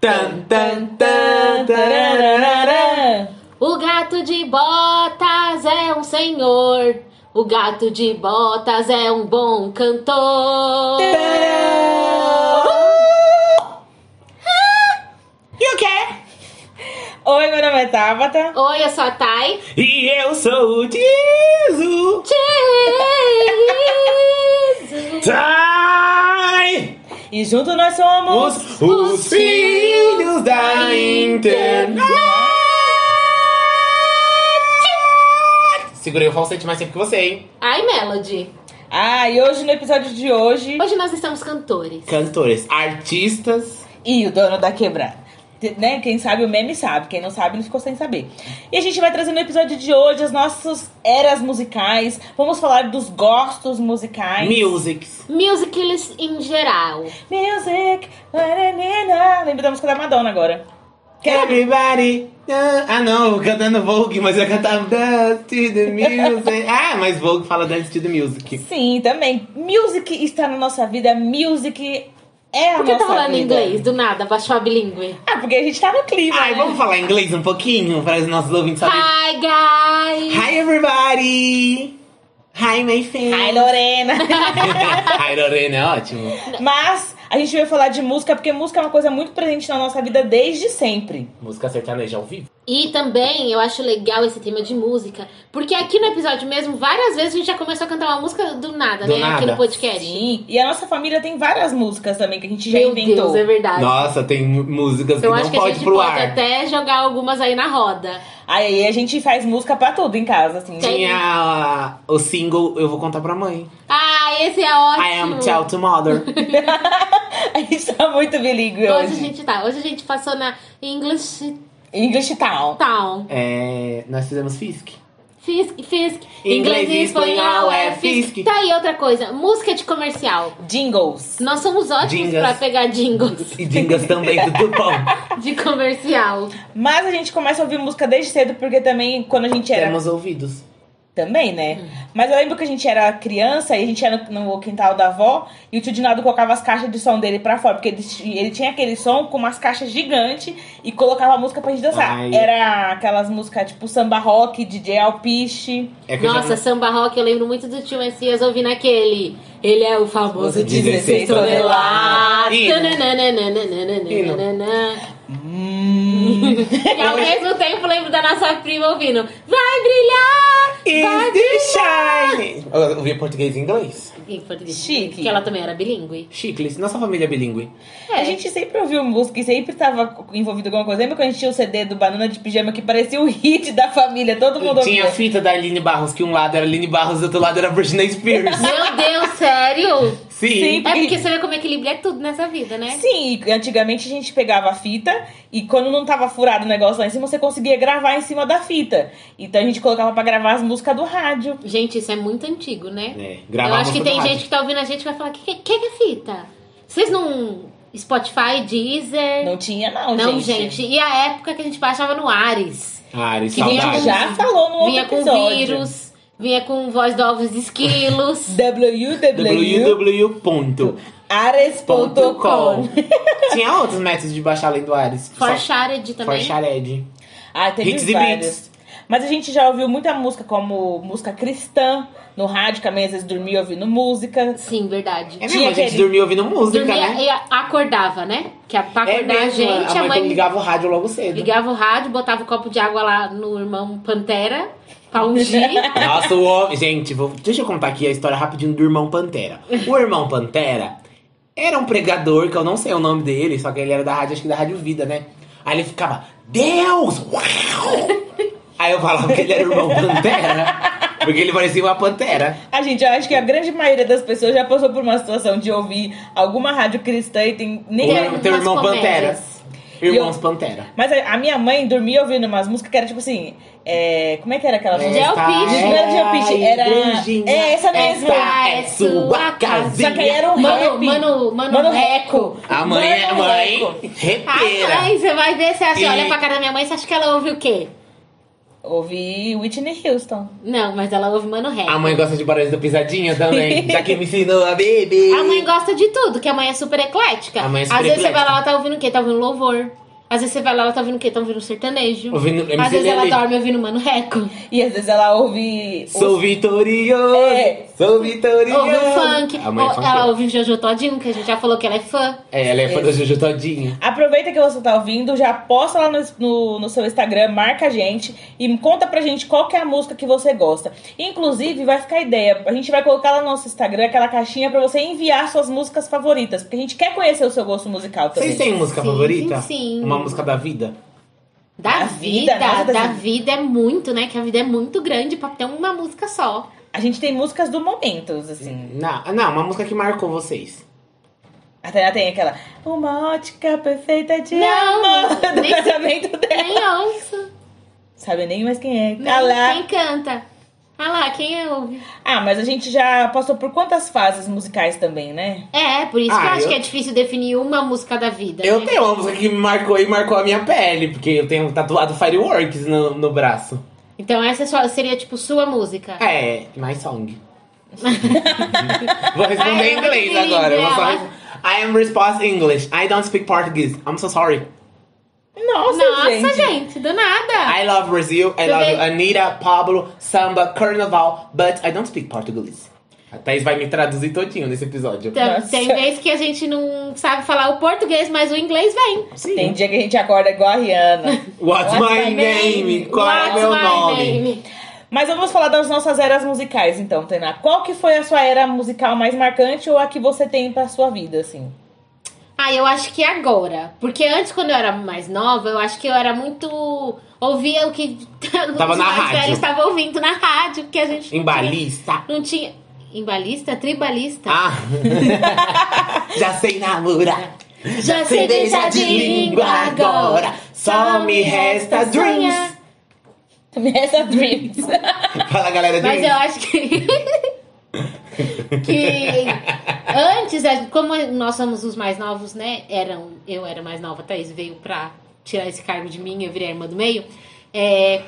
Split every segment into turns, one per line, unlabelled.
Tan, tan, tan, tararara.
O gato de botas é um senhor. O gato de botas é um bom cantor.
E o quê? Oi, meu nome é Tabata.
Oi, eu sou a Thay.
E eu sou o Tizu.
Jesus.
Sai!
E junto nós somos.
Os, os filhos da internet. Segurei o falsete mais tempo que você, hein?
Ai, Melody.
Ah, e hoje no episódio de hoje.
Hoje nós estamos cantores.
Cantores, artistas.
E o dono da quebrada. Te- Né? Quem sabe o meme sabe, quem não sabe não ficou sem saber. E a gente vai trazer no episódio de hoje as nossas eras musicais. Vamos falar dos gostos musicais.
Musics.
Musicals em geral.
Music. nananina. Lembra da música da Madonna agora?
Everybody. Ah, não, cantando Vogue, mas eu cantava Dance to the Music. Ah, mas Vogue fala Dance to the Music.
Sim, também. Music está na nossa vida, music é a
Por que
nossa
tá falando
vida.
inglês? Do nada, baixou a bilíngue.
Ah, porque a gente tá no clima.
Ai,
né?
vamos falar inglês um pouquinho para os nossos ouvintes saberem.
Hi, guys.
Hi, everybody! Hi, my friend!
Ai, Lorena.
Hi, Lorena, é ótimo.
Mas a gente veio falar de música porque música é uma coisa muito presente na nossa vida desde sempre.
Música sertaneja ao vivo.
E também eu acho legal esse tema de música, porque aqui no episódio mesmo, várias vezes a gente já começou a cantar uma música do nada,
Do
né? Aqui
nada.
no podcast.
Sim. E a nossa família tem várias músicas também que a gente já
Meu
inventou.
Deus, é verdade.
Nossa, tem mu- músicas
Eu
que
acho
não
que a
pode
gente
pro
pode
ar.
até jogar algumas aí na roda.
Aí a gente faz música pra tudo em casa, assim.
Tem.
Tinha ah, o single Eu Vou Contar Pra Mãe.
Ah, esse é ótimo.
I am tell to mother.
A gente tá muito bilíngue
Hoje a
hoje.
gente tá. Hoje a gente passou na English
English Town.
Town.
É, nós fizemos Fisk.
Fisk, Fisk.
Inglês e espanhol é Fisk.
Tá aí outra coisa. Música de comercial.
Jingles.
Nós somos ótimos
Dingas.
pra pegar jingles
E Dingas também, tudo bom.
de comercial.
Mas a gente começa a ouvir música desde cedo, porque também quando a gente era.
Temos ouvidos.
Também, né? Mas eu lembro que a gente era criança e a gente era no, no quintal da avó e o tio Dinaldo colocava as caixas de som dele pra fora, porque ele, ti- ele tinha aquele som com umas caixas gigantes e colocava a música pra gente dançar.
Ai.
Era aquelas músicas tipo samba rock, DJ Alpiche.
É que eu já
Nossa, samba rock, eu lembro muito do tio Messias ouvindo aquele. Ele é o famoso 16
16
toneladas.
Hino. Hino.
Tananananananananana.
Hum.
E ao mesmo tempo lembro da nossa prima ouvindo. Vai brilhar!
Is this shine? Eu ouvia português e inglês.
Em português.
Chique.
Porque ela também era bilíngue.
Chicles, nossa família é bilíngue.
A gente sempre ouviu música e sempre tava envolvido com alguma coisa. Lembra quando a gente tinha o CD do Banana de Pijama que parecia o hit da família? Todo mundo
Tinha a
ouvia.
fita da Aline Barros, que um lado era Aline Barros, do outro lado era Britney Spears.
Meu Deus, sério?
Sim.
Sim.
É porque você vê como equilíbrio é tudo nessa vida, né?
Sim, e antigamente a gente pegava a fita e quando não tava furado o negócio lá em cima, você conseguia gravar em cima da fita. Então a gente colocava pra gravar as músicas do rádio.
Gente, isso é muito antigo, né?
É,
Eu
gravar
acho que
música
tem
do rádio.
gente que tá ouvindo a gente e vai falar: o que, que, que é fita? Vocês não. Spotify, Deezer.
Não tinha, não,
Não,
gente.
gente. E a época que a gente baixava no Ares?
Ah, Ari,
Que a gente
saudade.
já falou no outro
vinha com
episódio.
vírus, vinha com voz de ovos esquilos.
www.ares.com
www.com Tinha outros métodos de baixar além do Ares.
Forshared
Só-
também.
Forshared.
Ah, teve
Hits e
vários. Mas a gente já ouviu muita música, como música cristã, no rádio, que a mãe às vezes dormia ouvindo música.
Sim, verdade.
É mesmo,
Tinha
a gente
aquele-
dormia ouvindo música,
Dormia
né?
e acordava, né? Que a- pra
É
acordar a
mesmo,
gente, a mãe
ligava o rádio logo cedo.
ligava o rádio, botava o copo de água lá no irmão Pantera pra ungir.
Nossa, o homem. Gente, vou- deixa eu contar aqui a história rapidinho do irmão Pantera. O irmão Pantera era um pregador, que eu não sei o nome dele, só que ele era da rádio, acho que da Rádio Vida, né? Aí ele ficava, Deus! Uau! Aí eu falava que ele era o irmão Pantera, né? porque ele parecia uma pantera.
A gente, eu acho que a grande maioria das pessoas já passou por uma situação de ouvir alguma rádio cristã e tem nem. é
Tem
O teu irmão
algumas
Pantera.
comédias.
Irmãos
E eu-
Pantera.
Mas a, a minha mãe dormia ouvindo umas músicas que era tipo assim. é, como é que era aquela
É,
música?
Pitch.
Não era Gel Pitch, era- é essa mesmo.
Essa é sua casinha.
Só que aí era um
Mano,
rap.
mano, mano,
Mano
Reco.
A mãe é
Mano
mãe.
Reco.
A
Repeira.
mãe, você vai ver, você acha-
E-
olha pra cara da minha mãe, você acha que ela ouve o quê?
Ouvi Whitney Houston.
Não, mas ela ouve Mano Ré.
A mãe gosta de barulho da pisadinha também, já que me ensinou a beber.
A mãe gosta de tudo, que a mãe é super eclética.
A mãe é super
Às vezes você vai lá,
eclética.
ela tá ouvindo o quê? Tá ouvindo louvor. Às vezes você vai lá, ela tá ouvindo o quê? Tá ouvindo sertanejo.
Ouvindo MC
Às vezes ela
Lele.
dorme ouvindo Mano Reco.
E às vezes ela ouve.
Sou vitorioso,
É.
sou vitorioso.
Ouve um funk.
A mãe é
Ou-
funkeira.
ela ouve o Jojo Todinho, que a gente já falou que ela é fã.
É, ela é fã do Juju todinho.
Aproveita que você tá ouvindo, já posta lá no, no, no seu Instagram, marca a gente e conta pra gente qual que é a música que você gosta. Inclusive, vai ficar a ideia, a gente vai colocar lá no nosso Instagram aquela caixinha pra você enviar suas músicas favoritas, porque a gente quer conhecer o seu gosto musical também.
Vocês têm música
Sim,
favorita?
sim.
Uma música da vida?
Da
A
vida,
vida, nossa,
da
assim.
vida é muito, né? Que a vida é muito grande pra ter uma música só.
A gente tem músicas do momento, assim.
Não, não, uma música que marcou vocês.
A Tainá tem aquela Uma ótica perfeita de
Não,
amor do
nem sei.
casamento dela.
Nem ouço.
Sabe nem mais quem é.
Nem
Tá lá.
Quem canta? Ah lá, quem ouve?
Ah, mas a gente já passou por quantas fases musicais também, né?
É, por isso que eu
Ah,
acho
eu-
que é difícil definir uma música da vida.
Eu
né?
tenho uma música que me marcou e marcou a minha pele, porque eu tenho tatuado fireworks no, no braço.
Então essa é só- seria, tipo, sua música.
É, my song. vou responder
Ai,
em inglês
que lindo,
agora. eu Vou só...
ela.
res- I am response English. I don't speak Portuguese. I'm so sorry.
Nossa,
Nossa, gente, do nada.
I love Brazil. I
Tudo
love
bem.
Anitta, Pablo, Samba, Carnaval, but I don't speak Portuguese. A Thaís vai me traduzir todinho nesse episódio.
Então,
Nossa.
Tem vezes que a gente não sabe falar o português, mas o inglês vem.
Sim.
Tem dia que a gente acorda igual a Rihanna.
What's, my,
my
name?
name?
Qual é
What's
meu
my
nome?
name?
Mas vamos falar das nossas eras musicais, então, Tainá. Qual que foi a sua era musical mais marcante ou a que você tem pra sua vida, assim?
Ah, eu acho que agora. Porque antes, quando eu era mais nova, eu acho que eu era muito. Ouvia o que
Tava
os
na
mais
rádio.
velhos estavam ouvindo na rádio, porque a gente. não
Embalista.
tinha- Não tinha. Embalista? Tribalista?
Ah. Já sei namorar.
Já sei deixar de língua agora.
Só me resta dreams.
Essa Dreams.
Fala, galera.
Mas
Dreams.
eu acho que. que antes, a- como nós somos os mais novos, né? Eram, eu era mais nova, a Thaís veio pra tirar esse cargo de mim, eu virei a irmã do meio. É,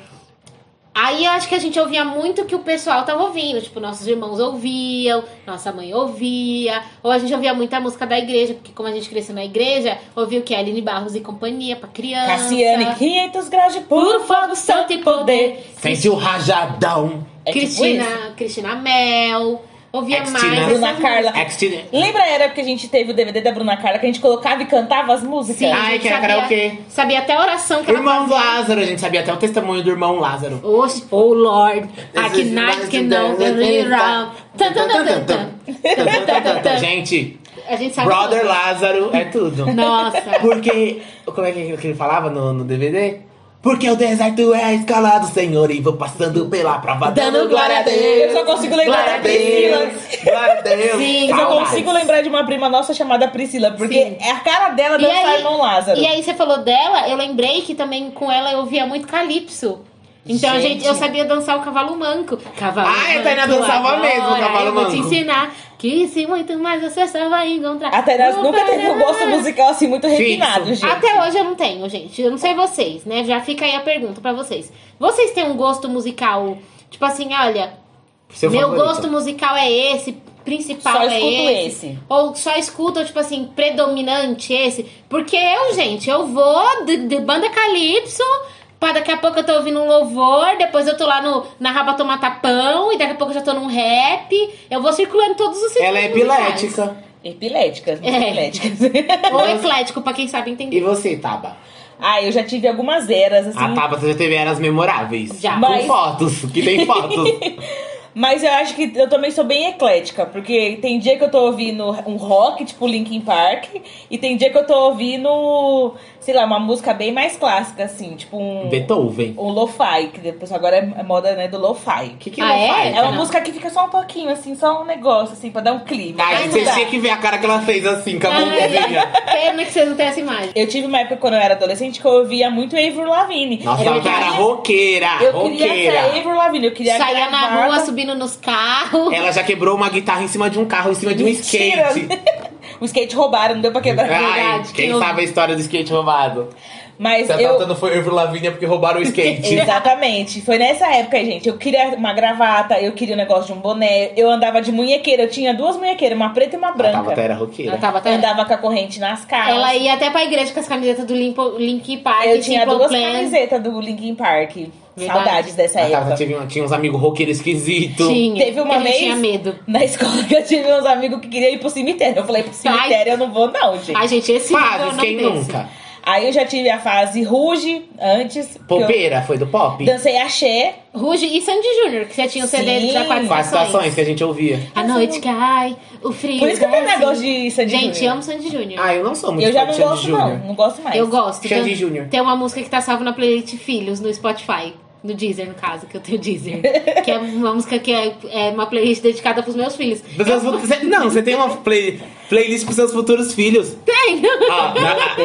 aí eu acho que a gente ouvia muito o que o pessoal tava ouvindo. Tipo, nossos irmãos ouviam, nossa mãe ouvia. Ou a gente ouvia muita música da igreja, porque como a gente cresceu na igreja, ouvia o que? Aline Barros e companhia pra criança.
Cassiane, é tipo 500 graus de
Puro
puro.
fogo, santo e poder.
Sente o rajadão.
É tipo
Cristina,
isso.
Cristina Mel. Ouvia
Cristina.
mais.
Bruna
essas
Carla.
Accident.
Lembra a era que a gente teve o DVD da Bruna Carla, que a gente colocava e cantava as músicas?
Sim,
Ai,
a gente
que era
sabia-
karaokê.
Sabia até a oração que
Irmão
ela fazia.
Lázaro. A gente sabia até o testemunho do irmão Lázaro.
Oxe, oh Lord, I
This is
cannot
my
can know the
today.
round. Tan, tan, tan, tan, tan. Tan, tan, tan, tan, tan.
Gente,
A gente sabe.
Brother
tudo.
Lázaro é tudo.
Nossa.
Porque. Como é que é que ele falava no, no DVD? Porque o deserto é a escala do Senhor e vou passando pela prova dando, glória a Deus.
Eu só consigo lembrar
glória
da
a Deus. Glória a Deus.
Sim,
Eu só
Saudades.
consigo lembrar de uma prima nossa chamada Priscila, porque
Ah, Sim.
é a cara dela
E
dançar
aí-
Irmão Lázaro.
E aí você falou dela, eu lembrei que também com ela eu ouvia muito calypso. Então a gente,
Gente.
eu sabia dançar o cavalo manco. Cavalo
Ai,
manco.
Ah, é, a Tainá dançava
agora
mesmo o cavalo
eu vou te
manco.
ensinar que se muito mais você só vai encontrar.
A Tainá
Não
nunca teve um
parar.
gosto musical assim muito
Fixo.
refinado, gente.
Até hoje eu não tenho, gente. Eu não sei vocês, né? Já fica aí a pergunta pra vocês. Vocês têm um gosto musical, tipo assim, olha,
Seu
meu
favorito.
gosto musical é esse, principal
Só
é
escuto
esse.
esse.
Ou só escutam, tipo assim, predominante esse. Porque eu, gente, eu vou de, de banda calypso, pra daqui a pouco eu tô ouvindo um louvor, depois eu tô lá no, na raba tomar tapão, e daqui a pouco eu já tô num rap. Eu vou circulando todos os
Ela é
ritmos musicais.
epilética.
Epiléticas, muito
É.
epiléticas.
Ou eclético, pra quem sabe entender.
E você, Taba?
ah, eu já tive algumas eras, assim.
Ah, tá.
A Taba já teve eras memoráveis.
Já.
Com
Mas-
fotos, que tem fotos.
Mas eu acho que eu também sou bem eclética, porque tem dia que eu tô ouvindo um rock, tipo Linkin Park, e tem dia que eu tô ouvindo, sei lá, uma música bem mais clássica, assim, tipo um.
Beethoven.
Um lo-fi, que depois agora é é moda, né, do lo-fi.
O que, que
Ah,
ela
é?
faz?
É uma
Não.
música que fica só um pouquinho, assim, só um negócio, assim, pra dar um clima.
Ai,
Ah,
você
não.
tinha que ver a cara que ela fez assim, com a mãozinha.
Ah, Pena que vocês não têm essa imagem.
Eu tive uma época quando eu era adolescente que eu ouvia muito Avril Lavigne.
Nossa,
eu
a cara
queria,
roqueira.
eu queria
roqueira.
ser Avril Lavigne, eu queria
Saía na
gravar-
rua, subindo nos carros.
É.
Ela já quebrou uma guitarra em cima de um carro, em cima de um
Mentira.
skate.
O skate roubaram, não deu pra
Ai,
quebrar.
Tá
Verdade,
quem
quem
sabe a história do skate roubado?
Mas
Se a
eu.
Tata não foi Irving Lavigne é porque roubaram o skate.
Exatamente. Foi nessa época, gente. Eu queria uma gravata, eu queria um negócio de um boné. Eu andava de munhequeira. Eu tinha duas munhequeiras, uma preta e uma
A Tabata
branca.
era roqueira.
Ela tava
Eu
até.
andava com a corrente nas calças.
Ela ia até pra igreja com as camisetas do Limpo, Link Park,
Eu tinha
Simple
duas
Plan.
camisetas do Linkin Park.
Verdade.
Saudades dessa
A Tabata
época.
tinha, tinha uns amigos roqueiros esquisitos.
Tinha.
Teve uma
Ele
vez-
tinha medo.
Na escola que eu tive uns amigos que queriam ir pro cemitério. Eu falei, pro cemitério eu não vou, não, gente.
Ai, gente, esse
então
nível eu
Fases,
não
quem
desço.
nunca?
Aí eu já tive a fase ruge antes. que eu
Popeira, foi do pop?
Dancei axé.
Ruge e Sandy Júnior, que você tinha o CD
Sim.
da quatro
Quatro
estações.
situações que a gente ouvia.
A noite cai, o frio.
Por isso que eu tenho
desce.
negócio de Sandy
Gente,
Júnior. é.
amo Sandy Júnior.
Ah, eu não sou muito
Eu já
fã
não
de Sandy
gosto,
Júnior.
não. Não gosto mais.
Eu gosto.
Xande
Tem- um-
Júnior.
Tem uma música que tá salva na playlist Filhos no Spotify. No Deezer, no caso, que eu tenho Deezer. que é uma música que é, é uma playlist dedicada pros meus filhos.
Dos seus fut- cê- Não, você tem uma play- playlist pros seus futuros filhos.
Tem!
Ah,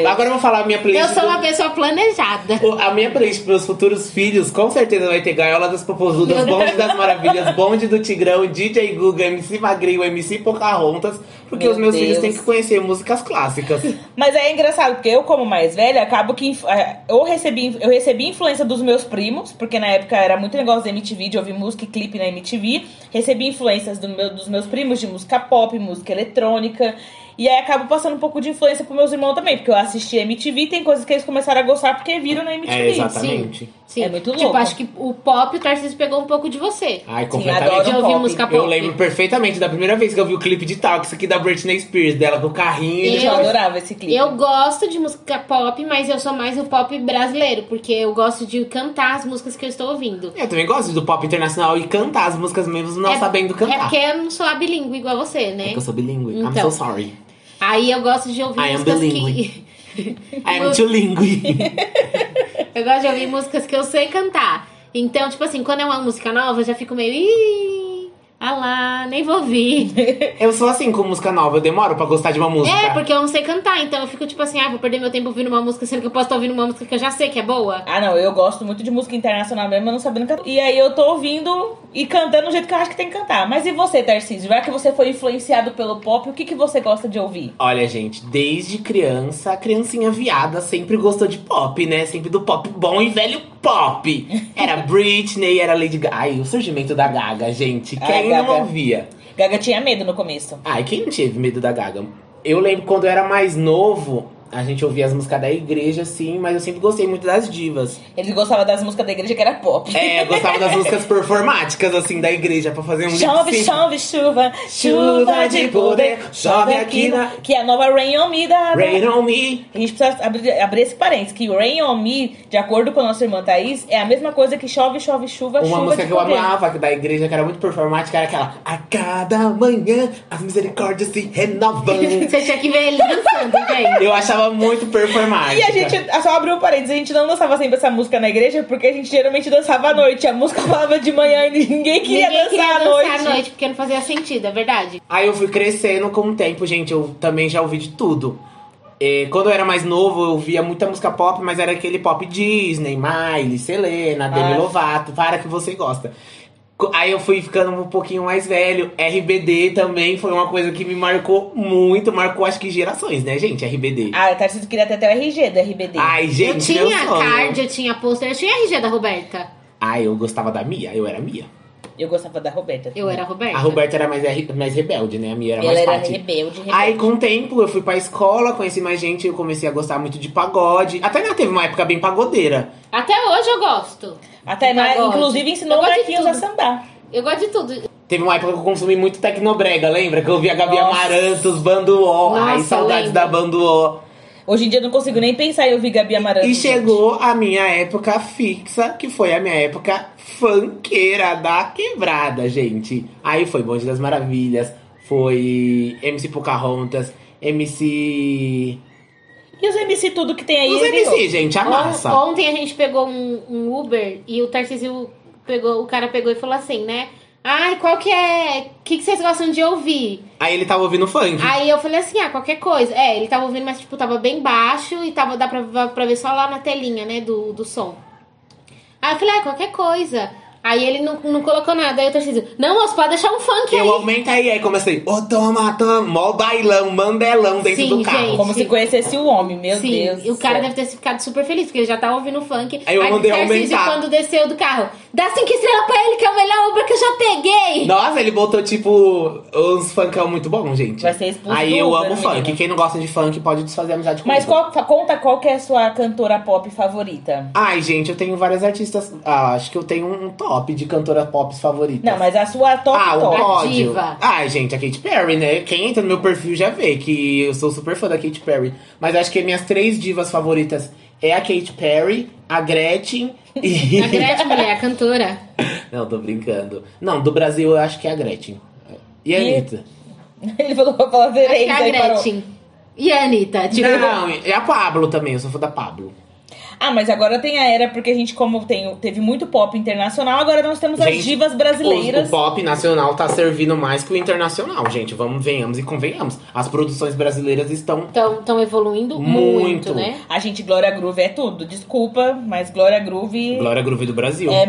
na- agora eu vou falar a minha
Eu
playlist.
sou uma
do-
pessoa planejada.
o- A minha playlist pros filhos filhos com certeza vai ter Gaiola das Popozudas, Bonde das Maravilhas, Bonde do Tigrão, DJ Guga, MC Magrinho, MC Pocahontas, porque
Meu
os meus filhos
Deus.
têm que conhecer músicas clássicas.
Mas aí é engraçado, porque eu, como mais velha, acabo que. inf- eh, Eu recebi, eu recebi influência dos meus primos, porque na época era muito negócio da MTV, de ouvir música e clipe na MTV. Recebi influências do meu- dos meus primos de música pop, música eletrônica. E aí acabo passando um pouco de influência pros meus irmãos também, porque eu assisti a MTV e tem coisas que eles começaram a gostar porque viram na MTV.
É, exatamente.
Sim.
É muito
Tipo,
louco.
acho que o pop, o Tarcísio pegou um pouco de você.
Ai,
adoro
completamente.
de
um
ouvir
pop.
música pop.
Eu lembro perfeitamente da primeira vez que eu vi o clipe de Toxic da Britney Spears, dela com o carrinho e
Gente,
depois-
eu adorava esse clipe.
Eu gosto de música pop, mas eu sou mais o pop brasileiro, porque eu gosto de cantar as músicas que eu estou ouvindo.
Eu também gosto do pop internacional e cantar as músicas mesmo não
É-
sabendo cantar.
É porque eu não sou a bilíngue igual você,
É
né?
que eu sou bilíngue. I'm
Então.
so sorry.
Aí eu gosto de ouvir
I am
músicas
bilíngue.
que.
I'm too lingue.
eu gosto de ouvir músicas que eu sei cantar. Então, tipo assim, quando é uma música nova, eu já fico meio. Ih, ah lá, nem vou ouvir.
eu sou assim com música nova, eu demoro pra gostar de uma música.
É, porque eu não sei cantar, então eu fico tipo assim, ah, vou perder meu tempo ouvindo uma música, sendo que eu posso estar ouvindo uma música que eu já sei que é boa.
Ah, não, eu gosto muito de música internacional mesmo, eu não sabendo cantar. E aí eu tô ouvindo e cantando do jeito que eu acho que tem que cantar. Mas e você, Tarcísio? Já que você foi influenciado pelo pop, o que, que você gosta de ouvir?
Olha, gente, desde criança, a criancinha viada sempre gostou de pop, né? Sempre do pop bom e velho pop. Era Britney, era Lady Gaga. Ai, o surgimento da Gaga, gente.
Ai,
Quem
É, Gaga.
não ouvia?
Gaga tinha medo no começo.
Ai, quem não teve medo da Gaga? Eu lembro quando eu era mais novo, a gente ouvia as músicas da igreja, assim, mas eu sempre gostei muito das divas.
Ele gostava das músicas da igreja que era pop.
É, eu gostava das músicas performáticas, assim, da igreja, pra fazer um
Chove,
lip-sync.
chove, chuva, chuva de poder, chove aqui na... Que é a nova Rain On Me da...
Rain on me.
A gente precisa abrir, abrir esse parênteses, que Rain On Me, de acordo com a nossa irmã Thaís, é a mesma coisa que chove, chove, chuva,
Uma
chuva
música
de
que eu
poder.
amava, que da igreja, que era muito performática, era aquela A cada manhã as misericórdias se renovam.
Você tinha que ver ele dançando, gente.
eu achava muito performática.
E a gente, só abriu um parênteses, a gente não dançava sempre essa música na igreja, porque a gente geralmente dançava à noite. A música falava de manhã e ninguém queria,
Ninguém
dançar,
queria
à noite.
à noite, porque não fazia sentido, é verdade.
Aí eu fui crescendo com o tempo, gente. Eu também já ouvi de tudo. Eh, quando eu era mais novo, eu ouvia muita música pop, mas era aquele pop Disney, Miley, Selena, Demi
Ah.
Lovato, para que você gosta. Co- Aí eu fui ficando um pouquinho mais velho. RBD também foi uma coisa que me marcou muito, marcou acho que gerações, né, gente? RBD.
Ah, o Tarcísio queria ter até o RG do RBD.
Ai, gente,
eu
meu
tinha
sonho.
card, eu tinha pôster, eu tinha RG da Roberta.
Ai, eu gostava da Mia, eu era Mia.
Eu gostava da Roberta.
Eu era a Roberta.
A Roberta era mais, R- mais rebelde, né? A Mia era
Ela
mais
era
Patty.
rebelde, rebelde.
Aí, com o tempo, eu fui pra escola, conheci mais gente, eu comecei a gostar muito de pagode. Até ela teve uma época bem pagodeira.
Até hoje eu gosto.
A Tainá,
Pagode.
inclusive, ensinou
Eu
o
gosto de
Marquinhos a
tudo.
sambar.
Eu gosto de tudo.
Teve uma época que eu consumi muito tecnobrega, lembra? Que eu ouvia a Gabi
Nossa.
Amarantos, Bando O.
Nossa,
Ai, saudades
lembro.
da Bando O.
Hoje em dia eu não consigo nem pensar em ouvir Gabi Amaranto.
E
gente.
chegou a minha época fixa, que foi a minha época funkeira da quebrada, gente. Aí foi Bonde das Maravilhas, foi MC Pocahontas, MC...
E os MC tudo que tem aí?
Os
ele ouve.
MC, gente, a Ah, massa.
On- ontem a gente pegou um, um Uber e o Tarcísio pegou, o cara pegou e falou assim, né? Ai, qual que é. O que, que vocês gostam de ouvir?
Aí ele tava ouvindo funk.
Aí eu falei assim, ah, qualquer coisa. É, ele tava ouvindo, mas tipo, tava bem baixo e tava, dá pra, pra ver só lá na telinha, né, do, do som. Aí eu falei, ah, qualquer coisa. Aí ele não, não colocou nada. Aí o torcedor disse, não, moço, pode deixar um funk
Eu
aí.
aumentei, aí, aí comecei, ô toma, toma, mó bailão, mandelão dentro
Sim,
do carro.
gente.
Como se conhecesse o homem, meu
Sim,
Deus.
e o
do
cara
céu.
deve ter ficado super feliz, porque ele já tava ouvindo funk.
Aí eu mandei
o Tarcísio,
aumentar.
quando desceu do carro, dá cinco estrelas pra ele, que é o melhor Uber que eu já peguei.
Nossa, ele botou, tipo, uns funkão muito bom, gente.
Vai ser expulso
Aí
do
eu
Uber,
amo
menina.
funk. Quem não gosta de funk pode desfazer amizade comigo.
Mas qual- fa- conta qual que é a sua cantora pop favorita.
Ai, gente, eu tenho várias artistas. Ah, acho que eu tenho um top de cantora pop favoritas.
Não, mas a sua top
Ah, o
top.
pop.
pódio.
Diva.
Ai, gente, a Katy Perry, né? Quem entra no meu perfil já vê que eu sou super fã da Katy Perry. Mas acho que minhas três divas favoritas é a Katy Perry, a Gretchen e.
A Gretchen, mulher, a cantora.
Não, tô brincando. Não, do Brasil eu acho que é a Gretchen. E a
E-
Anitta?
Ele falou pra falar
Acho que
direito,
é a
aí parou.
Gretchen. E a Anitta, tipo,
Não, é a Pablo também, eu sou fã da Pablo.
Ah, mas agora tem a era, porque a gente, como tem, teve muito pop internacional, agora nós temos
Gente,
as divas
O, o
brasileiras.
pop nacional tá servindo mais que o internacional, gente. Vamos, venhamos e convenhamos. As produções brasileiras estão
tão, tão evoluindo muito,
Muito.
né?
A gente, Glória Groove é tudo. Desculpa, mas Glória Groove
Glória Groove do Brasil.
é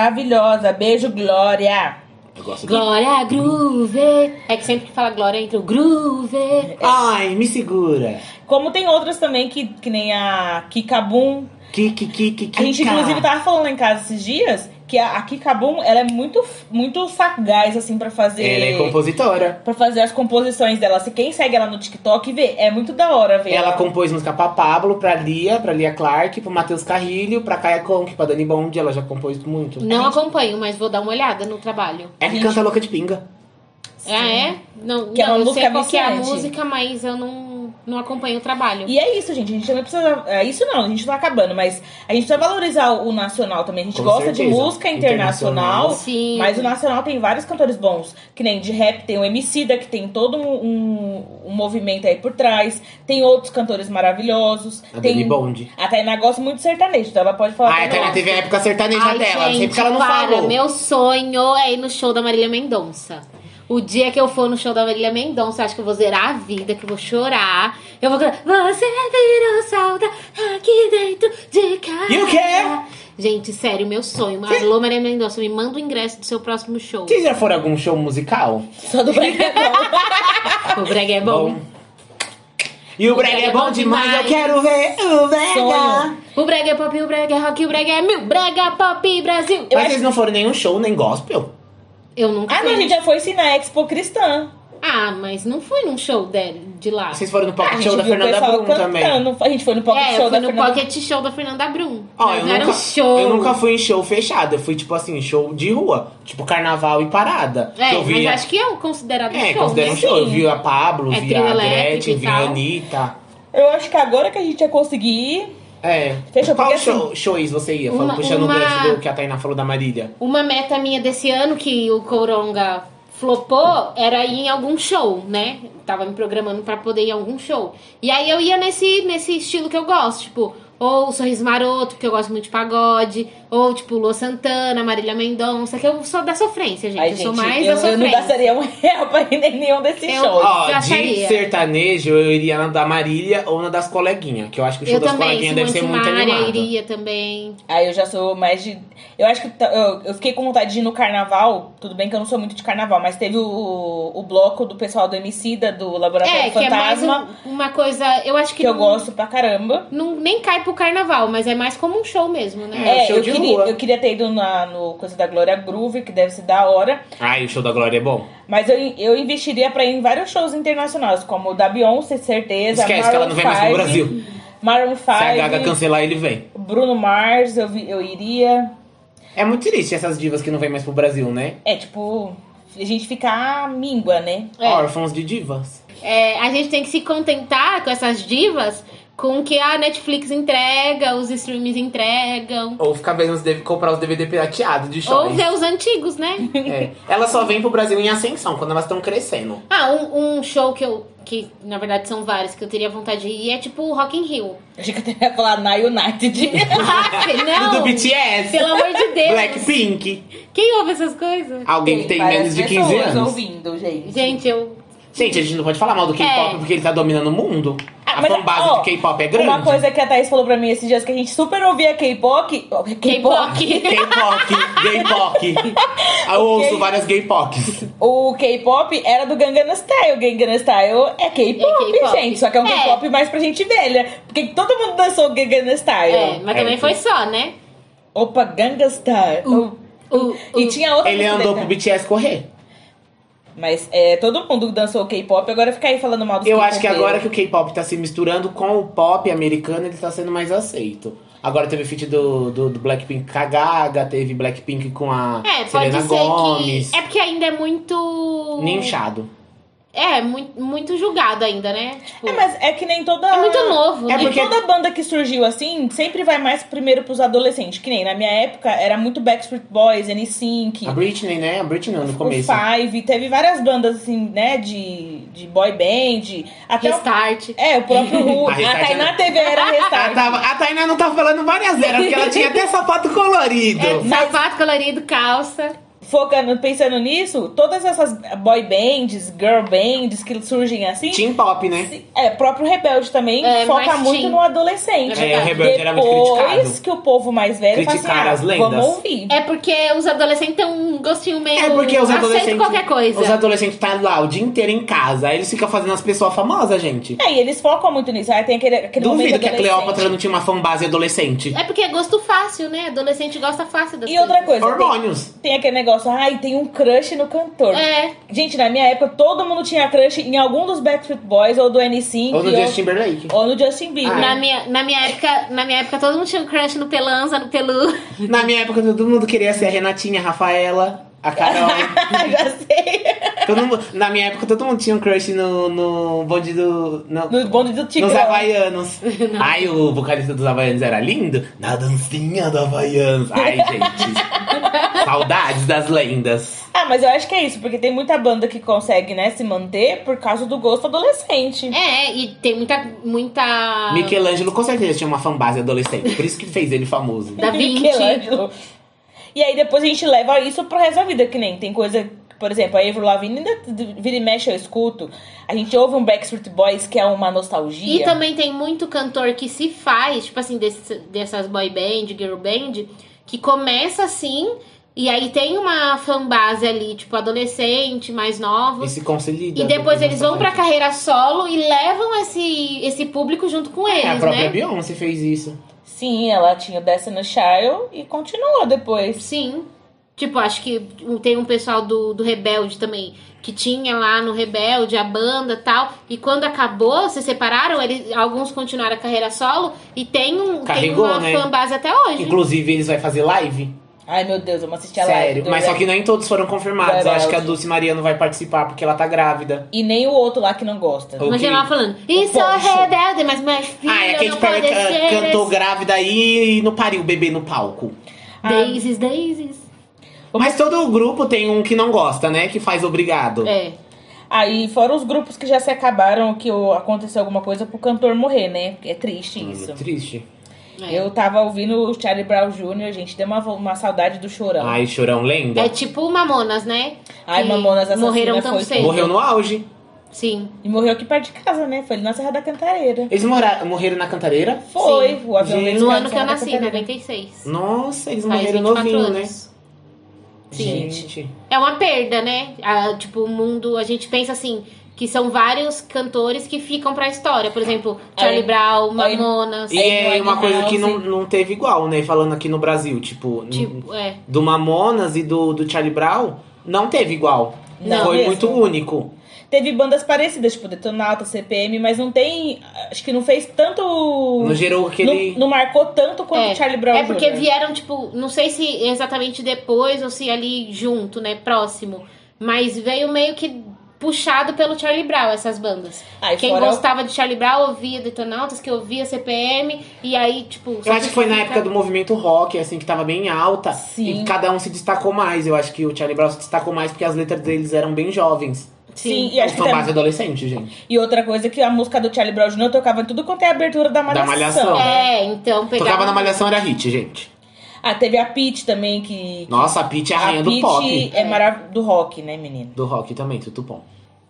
maravilhosa. Beijo, Glória.
Eu gosto de...
Glória Groove. É que sempre que fala Glória entra o Groove.
É.
Ai, me segura.
Como tem outras também, que, que nem a Kikabum.
Kiki, kiki,
A
kika.
gente, inclusive, tá tava falando lá em casa esses dias que a, a Kikabum, ela é muito, muito sagaz, assim, pra fazer...
Ela é compositora.
Pra fazer as composições dela. Se quem segue ela no TikTok vê, é muito da hora ver.
Ela compôs música pra Pablo, pra Lia, pra Lia Clark, pro Matheus Carrilho, pra Kaya Conk, pra Dani Bond. Ela já compôs muito.
Não acompanho, mas vou dar uma olhada no trabalho.
É que canta louca de pinga.
Ah, é? Não,
Que é
não,
uma
eu sei
música
qual que é a
viciante.
música, mas eu não, não acompanho o trabalho.
E é isso, gente. A gente também precisa. É isso não, a gente tá acabando, mas a gente precisa valorizar o nacional também. A gente
Com
gosta de
certeza.
música internacional.
Sim.
Mas o Nacional tem vários cantores bons, que nem de rap, tem o Emicida, que tem todo um, um- um movimento aí por trás, tem outros cantores maravilhosos,
A
tem
Dani Ah, é Bond.
a Tainá gosta muito de sertanejo, então ela pode falar
Ai,
pra
até na
nós.
TV a época sertaneja
Ai,
dela. Não sei porque ela não
para,
falou.
meu sonho é ir no show da Marília Mendonça. O dia que eu for no show da Marília Mendonça, acho que eu vou zerar a vida, que eu vou chorar. Eu vou cantar, você virou salda aqui dentro de casa.
E o quê?
Gente, sério, meu sonho. Alô, Marília Mendonça, me manda o ingresso do seu próximo show.
Vocês já foram a algum show musical?
Só do Brasil.
O brega é bom.
E o brega é bom demais, eu quero ver o brega.
Sonho.
O brega é pop, o brega é rock, o brega é mil. Brega pop Brasil.
Mas vocês não foram em nenhum show, nem gospel?
Eu nunca
Ah,
fui.
não, a gente já foi sim na Expo Cristã.
Ah, mas não fui num show de, de lá.
Vocês foram no
Ah,
pocket
a gente
show da
viu o
Fernanda
pessoal
Brum também?
cantando. A gente foi no pocket
é,
show
eu fui
da
no
Fernanda
pocket show da Fernanda Brum.
Ó,
mas
eu
não era
nunca,
um show.
eu nunca fui em show fechado, eu fui tipo assim, show de rua, tipo carnaval e parada.
É,
Que eu via,
mas acho que é um considerado
É,
show,
considera
né?
um show. Eu
Sim.
vi a Pablo,
É,
vi
trio
a
elétrico e
Gretchen, vi a
tal.
Anitta.
Eu acho que agora que a gente ia conseguir.
É.
Fechou,
Qual
porque assim
show, shows você ia? Falando,
Uma-
puxando
uma-
o gancho do que a Tainá falou da Marília.
Uma meta minha desse ano que o Coronga flopou era ir em algum show, né? Tava me programando pra poder ir em algum show. E aí eu ia nesse, nesse estilo que eu gosto, tipo, ou Sorriso Maroto, que eu gosto muito de pagode, ou tipo Lua Santana, Marília Mendonça, que eu sou da sofrência, gente.
Ai,
eu
gente,
sou mais
eu,
da
eu
sofrência.
não gastaria um real pra ir em nenhum desses
Eu-
shows.
Ó,
acharia.
de sertanejo, eu iria na da Marília ou na das coleguinhas. Que eu acho que o show
Eu
das
também,
coleguinhas deve
Simone
ser muito
Simaria
animado.
iria também.
Aí eu já sou mais de. Eu acho que. t- Eu, eu fiquei com vontade de ir no carnaval. Tudo bem que eu não sou muito de carnaval, mas teve o, o bloco do pessoal do Emicida, do Laboratório
É, que é mais
Tá Fantasma,
um- uma coisa. Eu acho
que,
que,
eu
não-
gosto pra caramba.
não, nem cai pro carnaval, mas é mais como um show mesmo, né?
É, show
eu
de
queria,
rua.
eu queria ter ido na, no Coisa da Glória Groove, que deve ser da hora.
Ai, o show da Glória é bom.
Mas eu, eu investiria pra ir em vários shows internacionais, como o da Beyoncé, certeza.
Esquece que ela não vem mais pro
Maroon
Brasil.
5, Maroon
Se a Gaga
5,
cancelar, ele vem.
Bruno Mars, eu, vi- eu iria.
É muito triste essas divas que não vêm mais pro Brasil, né?
É, tipo, a gente ficar míngua, né?
É.
Órfãos de divas.
É, a gente tem que se contentar com essas divas com o que a Netflix entrega, os streams entregam.
Ou ficar vendo os DVD, comprar os DVD pirateados de
Ou
shows.
ver os antigos, né?
É. Elas só vêm pro Brasil em ascensão, quando elas estão crescendo.
Ah, um, um show que eu. Que na verdade são vários que eu teria vontade de ir é tipo o Rock in Rio.
Eu achei que eu ia falar na United.
Ah,
E do
não!
BTS,
Pelo amor de Deus!
Blackpink.
Quem ouve essas coisas?
Alguém que tem menos de 15 anos.
ouvindo, gente.
Gente, eu
Gente, a gente não pode falar mal do K-pop
É. Ah,
porque ele tá dominando o mundo. A
Mas,
fanbase
ó,
de K-pop é grande.
Uma coisa que a Thaís falou pra mim esses dias que a gente super ouvia K-pop. K-pop.
K-pop.
K-pop, gay-pop. Eu ouço várias gay-pocs.
O K-pop era do Gangnam Style. Gangnam Style é K-pop,
É K-pop.
gente. Só que é um
É.
K-pop mais pra gente velha. Porque todo mundo dançou Gangnam Style.
É, mas também foi só, né?
Opa, Gangnam Style.
O,
E tipo,
o-
tinha outra
Ele
música
andou pro
dele
BTS correr.
também. Mas é, todo mundo dançou K-pop, agora fica aí falando mal dos
Eu acho que
K-popeiros.
agora que o K-pop tá se misturando com o pop americano, ele tá sendo mais aceito. Agora teve feat do, do, do Blackpink com a Gaga, teve Blackpink com a
É, pode
Selena
ser
Gomes.
que. É porque ainda é muito.
Ninchado.
É, muito, muito julgado ainda, né? Tipo,
É, mas é que nem toda.
é muito novo,
É
né?
E
porque-
toda banda que surgiu assim, sempre vai mais primeiro pros adolescentes. Que nem na minha época era muito Backstreet Boys, NSYNC,
A Britney, né? A Britney não, no
o
começo. né?
Five. Teve várias bandas assim, né, de, de boy band. Até o,
Restart.
é, o próprio Ru.
A
a
Restart
Tainá
era-
TV era
Ela
Restart.
tava- a Tainá não tá falando várias eras, porque ela tinha até sapato colorido.
É,
mas-
Sapato colorido, calça.
Focando, pensando nisso, todas essas boy bands, girl bands que surgem assim.
Team pop, né?
É, próprio Rebelde também
É,
foca
mais
muito
teen.
no adolescente.
É, o
Rebelde
Depois
era muito criticado.
que o povo mais velho fala assim,
Criticaram
ah,
as lendas.
vamos ouvir.
É porque os adolescentes têm um gostinho meio.
É porque os
aceito
adolescentes.
qualquer coisa.
Os adolescentes tá lá o dia inteiro em casa. Aí eles ficam fazendo as pessoas famosas, gente.
É, e eles focam muito nisso. Aí tem aquele, aquele
Duvido
momento
que a
adolescente.
Cleópatra não tinha uma fanbase adolescente.
É porque é gosto fácil, né? Adolescente gosta fácil das
E outra coisa, tem,
Hormônios.
tem aquele negócio, ai, tem um crush no cantor.
coisa. É.
Gente, na minha época, todo mundo tinha crush em algum dos Backstreet Boys, ou do N5,
Ou no Justin Timberlake.
ou no Justin Bieber.
Na minha, na, minha época, na minha época, todo mundo tinha um crush no Pelanza, no Pelu.
Na minha época, todo mundo queria ser a Renatinha, a Rafaela, a Carol.
Já sei.
todo mundo- na minha época, todo mundo tinha um crush no, no bonde do. no-
No bonde do Tigrão.
nos Havaianos. Ai, o vocalista dos Havaianos era lindo? Na dancinha do Havaianos. Ai, gente. Saudades das lendas.
Ah, mas eu acho que é isso, porque tem muita banda que consegue, né, se manter por causa do gosto adolescente.
É, e tem muita. muita...
Michelangelo com certeza tinha uma fanbase adolescente. Por isso que fez ele famoso.
Da Vinci.
Michelangelo. E aí depois a gente leva isso pro resto da vida, que nem tem coisa, por exemplo, a Avril Lavigne ainda vira e mexe, eu escuto. A gente ouve um Backstreet Boys que é uma nostalgia.
E também tem muito cantor que se faz, tipo assim, desse- dessas boy band, girl band, que começa assim, e aí tem uma fanbase ali, tipo, adolescente, mais
E
novos.
se concilia.
E depois eles vão pra carreira solo e levam esse, esse público junto com
É, a
eles,
própria
né?
Beyoncé fez isso.
Sim, ela tinha o Destiny Child e continuou depois.
Sim. Tipo, acho que tem um pessoal do, do Rebelde também, que tinha lá no Rebelde a banda e tal. E quando acabou, se separaram, eles, alguns continuaram a carreira solo e tem, um, tem
Carregou,
uma
né?
fanbase até hoje.
Inclusive, eles vão fazer live.
Ai, meu Deus, vamos assistir a live.
Sério.
do
Mas só
Rebelde.
que nem todos foram confirmados. Eu acho que a Dulce Maria não vai participar porque ela tá grávida.
E nem o outro lá que não gosta.
O-
Mas
que-
ela falando, isso é
poncho.
rebelde, mas minha filha
Ah, é a
não
Kate
pode
Perry
ser
ca- cantou
esse-
grávida aí e não pariu o bebê no palco.
Daisies, daisies.
Mas todo grupo tem um que não gosta, né? Que faz obrigado.
É.
Aí foram os grupos que já se acabaram, que o- aconteceu alguma coisa pro cantor morrer, né? É triste
Hum,
isso.
Triste.
É.
Eu tava ouvindo o Charlie Brown Jr., gente, deu uma, vo- uma saudade do chorão.
Ai, chorão lenda.
É tipo Mamonas, né?
Ai,
Que
Mamonas Assassina
Morreram tão
foi
cedo.
Morreu no auge.
Sim.
E morreu aqui perto de casa, né? Foi ali na Serra da Cantareira.
Eles mora- morreram na Cantareira?
Foi, o avião
Gente,
deles
No
caiu na
ano que eu
Serra da
nasci, né,
Cantareira.
96.
Nossa, eles
Faz
Hum. morreram
24
novinho, né?
anos. Sim.
Gente.
É uma perda, né? Ah, tipo, o mundo, a gente pensa assim, que são vários cantores que ficam pra história. Por exemplo, Charlie
Aí-
Brown, Mamonas.
E
Aí no
é
Animal
uma coisa que não,
House.
não teve igual, né? Falando aqui no Brasil, tipo, n-
tipo, é.
do Mamonas e do, do Charlie Brown, não teve igual.
Não
Foi
mesmo.
muito único.
Teve bandas parecidas, tipo Detonauta, CPM, mas não tem. Acho que não fez tanto.
Não gerou aquele.
Não, não marcou tanto quanto o Charlie Brown
É porque
né?
Jr.
vieram, tipo, não sei se exatamente depois ou se ali junto, né? Próximo. Mas veio meio que puxado pelo Charlie Brown, essas bandas.
Aí
Quem
Ah, fora- é
gostava de Charlie Brown ouvia Detonautas, que ouvia CPM, e aí, tipo.
Eu acho que foi na época do movimento rock, assim, que tava bem alta.
Sim.
E cada um se destacou mais. Eu acho que o Charlie Brown se destacou mais porque as letras deles eram bem jovens.
Sim,
Sim.
e acho que
São
também-
base adolescente, gente.
E outra coisa é que a música do Charlie Brown Jr. tocava em tudo quanto é abertura da Malhação.
Malhação.
É, então pegava.
Tocava na Malhação, era hit, gente.
Ah, teve a Pete também, que.
Nossa, a Pitty é a rainha do
Pitty
pop.
é maravilhoso. Do rock, né, menino?
Do rock também, tudo bom.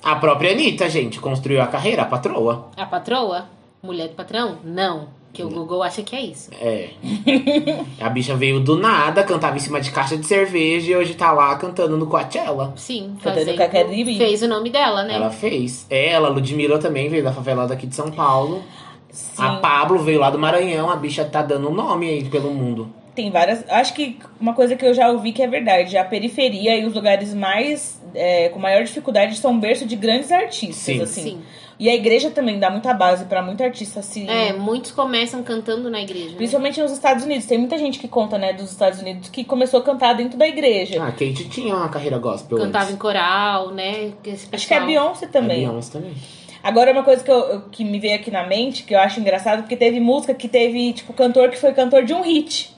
A própria Anitta, gente, construiu a carreira, a patroa.
A patroa? mulher do patrão? Não. Que o Google acha que é isso.
É. A bicha veio do nada, cantava em cima de caixa de cerveja e hoje tá lá cantando no Coachella.
Sim,
Cantando
fazendo-
com a Caribe.
fez o nome dela, né?
Ela fez. Ela, Ludmilla também veio da favela daqui de São Paulo.
Sim.
A Pablo veio lá do Maranhão. A bicha tá dando nome aí pelo mundo.
Tem várias. Acho que uma coisa que eu já ouvi que é verdade: a periferia e os lugares mais. é, com maior dificuldade são berço de grandes artistas,
Sim.
assim.
Sim.
E a igreja também dá muita base pra muito artista se.
É, muitos começam cantando na igreja. né?
Principalmente nos Estados Unidos. Tem muita gente que conta, né, dos Estados Unidos que começou a cantar dentro da igreja.
Ah, a Kate tinha uma carreira gospel
Cantava em
antes.
coral, né? Esse
Acho que é a
pessoal-
Beyoncé também.
A Beyoncé também.
Agora, uma coisa que, eu- eu- que me veio aqui na mente, que eu acho engraçado, porque teve música que teve, tipo, cantor que foi cantor de um hit.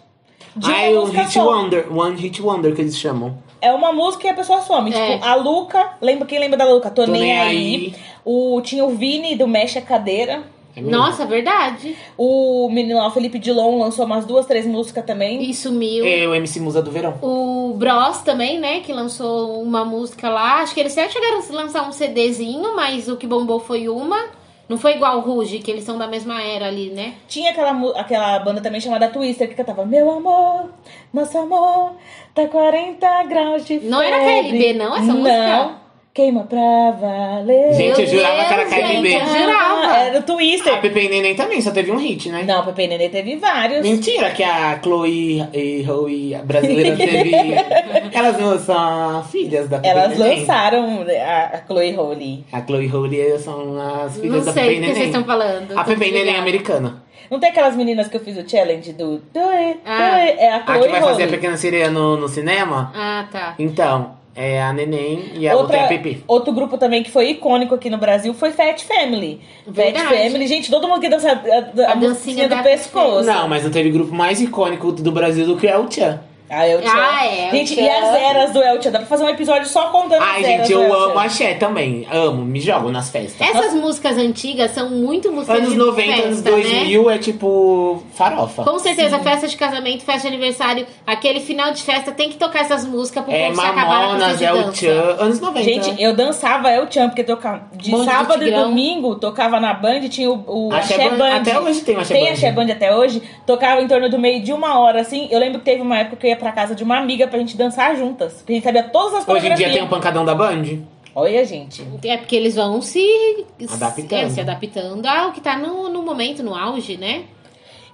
ah,
De uma
é o
música
Hit
só.
Wonder. One Hit Wonder que eles chamam.
É uma música e a pessoa some.
É.
Tipo, a Luca, lembra quem lembra da Luca? Tô, nem, aí. O, tinha o Vini do Mexe a Cadeira.
É mesmo?
Nossa, verdade.
O menino lá, o Felipe Dilon, lançou umas duas, três músicas também.
E sumiu.
É o MC Musa do Verão.
O Bros também, né? Que lançou uma música lá. Acho que eles até chegaram a lançar um CDzinho, mas o que bombou foi uma. Não foi igual o Ruge, que eles são da mesma era ali, né?
Tinha aquela, mu- aquela banda também chamada Twister, que cantava Meu amor, nosso amor, tá 40 graus de
Não era
febre.
KLB, não, essa
não.
música?
Queima pra valer.
Gente, eu
Meu
jurava que era
Deus,
KLB.
gente, eu jurava.
Era o Twister.
A Pepe e Neném também só teve um hit, né?
Não, Pepe Nenê teve vários.
Mentira que a Chloe e Howie a brasileira teve. Elas não são filhas da Pepe
Elas
Neném.
lançaram a a Chloe Holly.
A Chloe e Howie são as filhas
Não
da Pepe
sei do que
Neném.
vocês estão falando.
A
Tô
Pepe Neném é
desligada.
americana.
Não tem aquelas meninas que eu fiz o challenge do Doe,
Ah.
Doe? É a
A que
Chloe
vai fazer a
Holly.
Pequena Sereia no, no cinema?
Ah, tá.
Então, é a Neném e a outra, é a
Outra,
Pepe.
outro grupo também que foi icônico aqui no Brasil foi Fat Family.
Verdade.
Fat Family, gente, todo mundo que dança a, a,
A
a
dancinha
dancinha
da-
do pescoço.
Não, mas não teve grupo mais icônico do Brasil do que é o Tchan.
Ah, eu tinha.
Ah, é, o
Gente,
Tchan.
e as eras do El Tchan? Dá pra fazer um episódio só contando
Ai,
as eras
gente, eu
do El
amo
Tchan.
axé também. Amo, me jogo nas
É,
festas.
Essas músicas antigas são muito músicas
Anos
de
90,
festa,
anos
né?
2000 é tipo farofa.
Com certeza, festa de casamento, festa de aniversário, aquele final de festa tem que tocar essas músicas pro
É
povo se acabar na pista
Mamonas,
de
é o
dança.
Tchan, anos 90.
Gente, eu dançava El Tchan, porque tocava de
Bonde do
sábado e
Tigrão.
domingo, tocava na Band, tinha o, o
Axé
Axé
Band-
Band.
até hoje tem o Axé
Tem
Band.
Axé Band até hoje. Tocava em torno do meio de uma hora, assim. Eu lembro que teve uma época que eu ia pra casa de uma amiga pra gente dançar juntas. Porque a gente sabia todas as
Hoje em dia
coreografias.
tem um o pancadão da Band.
Olha, gente.
É porque eles vão se
Adaptando.
é, se adaptando ao que tá no, no momento, no auge, né?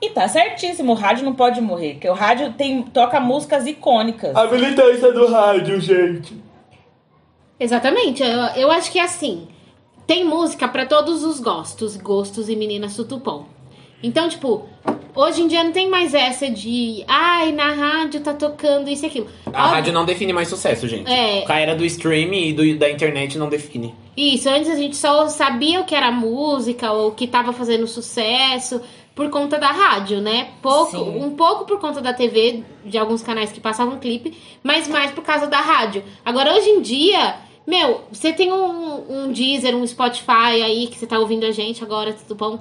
E tá certíssimo, o rádio não pode morrer. Porque o rádio tem, toca músicas icônicas.
A militância do rádio, gente.
Exatamente. Eu, eu acho que é assim. Tem música pra todos os gostos, gostos e meninas tutupom. Então, tipo, hoje em dia não tem mais essa de ai, na rádio tá tocando isso e aquilo.
A
Ah.
Óbvio-
rádio não define mais sucesso, gente.
É.
A era do streaming e do- da internet não define.
Isso, antes a gente só sabia o que era música ou o que tava fazendo sucesso por conta da rádio, né? Pouco,
Sim.
um pouco por conta da TV, de alguns canais que passavam clipe, mas mais por causa da rádio. Agora, hoje em dia, meu, você tem um, um Deezer, um Spotify aí que você tá ouvindo a gente agora, tudo bom?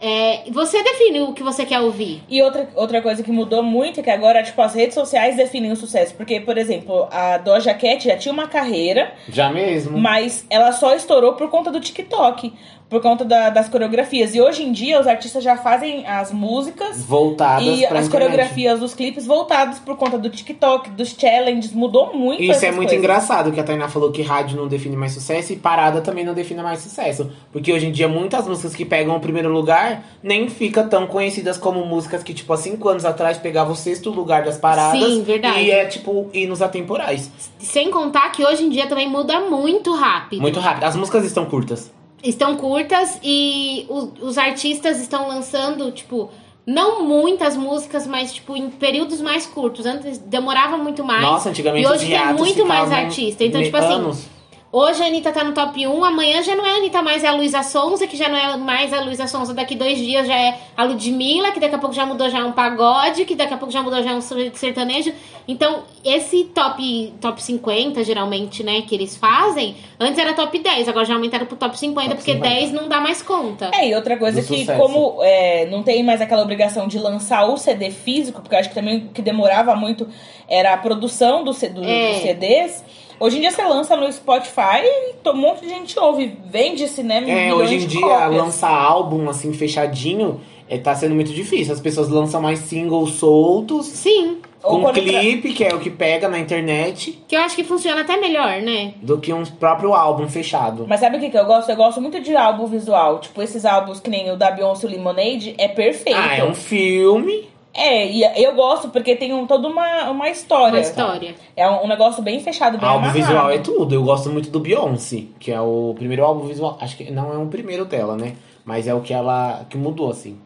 É, você define o que você quer ouvir.
E outra, outra coisa que mudou muito é que agora, tipo, as redes sociais definem o sucesso. Porque, por exemplo, a Doja Cat já tinha uma carreira,
Já mesmo.
mas ela só estourou por conta do TikTok, por conta da- das coreografias. E hoje em dia, os artistas já fazem as músicas
Voltadas
e
pra
as
internet.
coreografias dos clipes voltados por conta do TikTok, dos challenges. Mudou muito
Isso é
essas
muito
coisas.
engraçado que a Tainá falou que rádio não define mais sucesso e parada também não define mais sucesso. Porque hoje em dia muitas músicas que pegam o primeiro lugar nem fica tão conhecidas como músicas que, tipo, há cinco anos atrás pegavam o sexto lugar das paradas.
Sim, verdade.
E é, tipo, hinos atemporais.
Sem contar que hoje em dia também muda muito rápido.
Muito rápido. As músicas estão curtas.
estão curtas e o- os artistas estão lançando, tipo, não muitas músicas, mas, tipo, em períodos mais curtos. Antes demorava muito mais.
Nossa, antigamente
e hoje
os
tem
hiatos
muito mais
ficavam
artista. Então,
me-
tipo assim,
né? anos.
Hoje a Anitta tá no top 1, amanhã já não é a Anitta mais, é a Luísa Sonza, que já não é mais a Luísa Sonza, daqui dois dias já é a Ludmilla, que daqui a pouco já mudou já é um pagode, que daqui a pouco já mudou já é um ser- sertanejo. Então, esse top, top 50, geralmente, né, que eles fazem, antes era top 10, agora já aumentaram pro top 50,
Top
porque
50.
10 não dá mais conta.
É, e outra coisa
Do
que,
sucesso.
como é, não tem mais aquela obrigação de lançar o CD físico, porque eu acho que também o que demorava muito era a produção do C- do-
É.
dos CDs, Hoje em dia você lança no Spotify e to- um monte de gente ouve. Vende
um
cinema
É,
milhões
hoje em
de
dia,
cópias.
lançar álbum assim, fechadinho, é, tá sendo muito difícil. As pessoas lançam mais singles soltos,
Sim,
Ou
com
quando
clipe, que é o que pega na internet,
que eu acho que funciona até melhor, né?
do que um próprio álbum fechado.
Mas sabe o que, que eu gosto? Eu gosto muito de álbum visual. Tipo, esses álbuns que nem o da Beyoncé o Lemonade é perfeito.
então.
Ah, é um filme.
É, e eu gosto porque tem um, toda uma, uma história.
Tá.
Uma história.
É um, um negócio bem
Tá
fechado, bem
então- álbum
amarrado.
visual é tudo. Eu gosto muito do Beyoncé, que é o primeiro álbum visual. Acho que não é o primeiro dela, né? Mas é o que ela. que mudou, assim.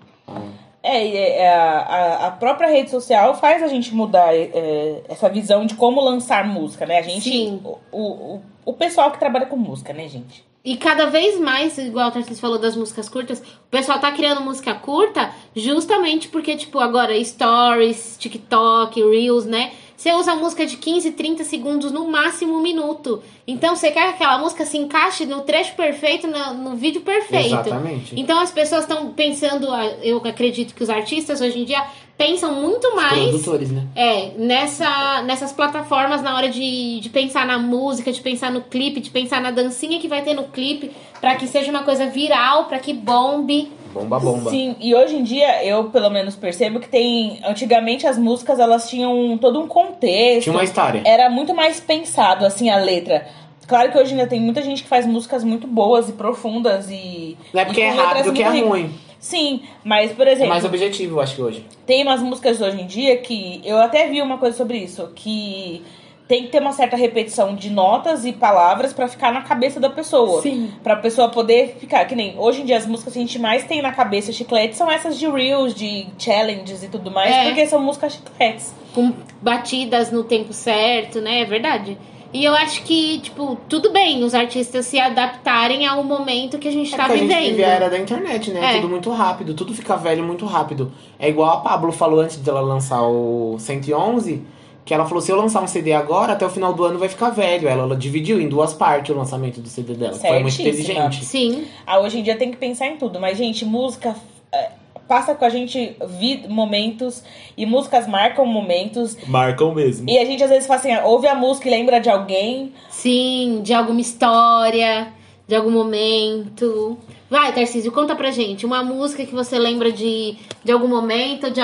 É, e é- é a, a- a própria rede social faz a gente mudar é, essa visão de como lançar música, né? A gente.
Sim.
O, o, o pessoal que trabalha com música, né, gente?
E cada vez mais, igual o Tarcísio falou das músicas curtas, o pessoal tá criando música curta justamente porque, tipo, agora stories, TikTok, Reels, né? Você usa música de 15, 30 segundos, no máximo um minuto. Então você quer que aquela música se encaixe no trecho perfeito, na- no, vídeo perfeito.
Exatamente.
Então as pessoas estão pensando, ah, eu acredito que os artistas hoje em dia pensam muito mais
Produtores, né?
é, nessa, nessas plataformas, na hora de, de pensar na música, de pensar no clipe, de pensar na dancinha que vai ter no clipe, pra que seja uma coisa viral, pra que bombe.
Bomba, bomba.
Sim, e hoje em dia eu pelo menos percebo que tem. Antigamente as músicas elas tinham todo um contexto.
Tinha uma história.
Era muito mais pensado, assim, a letra. Claro que hoje ainda tem muita gente que faz músicas muito boas e profundas e.
Não é porque
e
é
com letras
rápido que é
muito ricas.
ruim.
Sim, mas por
É
exemplo.
mais objetivo, eu acho que hoje.
Tem umas músicas hoje em dia que eu até vi uma coisa sobre isso, que tem que ter uma certa repetição de notas e palavras pra ficar na cabeça da pessoa.
Sim.
Pra pessoa poder ficar, que nem hoje em dia as músicas que a gente mais tem na cabeça chiclete são essas de reels, de challenges e tudo mais,
É.
porque são músicas chicletes.
Com batidas no tempo certo, né? É verdade. E eu acho que, tipo, tudo bem os artistas se adaptarem ao momento que a gente tá
é que a gente
vivendo.
vive a era da internet, né?
É.
Tudo muito rápido, tudo fica velho muito rápido. É igual a Pablo falou antes dela lançar o 111, que ela falou, se eu lançar um CD agora, até o final do ano vai ficar velho. Ela, ela dividiu em duas partes o lançamento do CD dela. Foi muito
Certíssima.
inteligente.
Sim,
Ah, hoje em dia tem que pensar em tudo, mas gente, música eh, passa com a gente vi momentos e músicas marcam momentos.
Marcam mesmo.
E a gente às vezes fala assim, ah, ouve a música e lembra de alguém,
sim, de alguma história, de algum momento. Vai, Tarcísio, conta pra gente uma música que você lembra de, de algum momento, de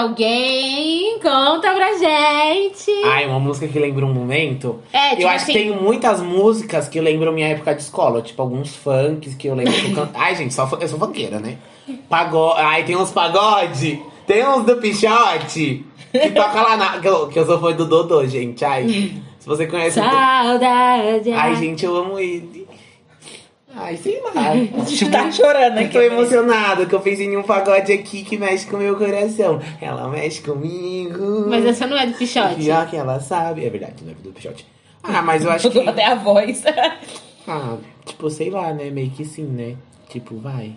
alguém. Conta pra gente.
Ai, uma música que lembra um momento.
É, tipo
eu acho
assim,
que tem muitas músicas que lembram minha época de escola. Tipo, alguns funks que eu lembro. que eu can- Ai, gente, só, fun- eu sou funkeira, né? Pagode. Ai, tem uns pagode. Tem uns do Pichote. Que toca lá na. Que eu, que eu sou fã do Dodô, gente. Ai. Se você conhece. o Dodô-
saudade.
um- Ai, gente, eu amo ele. Ai, sei lá.
Tipo, tá chorando
Eu
aqui.
tô emocionada que eu fiz em um pagode aqui que mexe com o meu coração. Ela mexe comigo.
Mas essa não é do
O
Pichote.
Pior que ela sabe. É verdade, não é do Pichote. Ah, mas eu acho que. É
Mudou Tipo, até a voz.
Ah, tipo, sei lá, né? Meio que sim, né? Tipo, vai.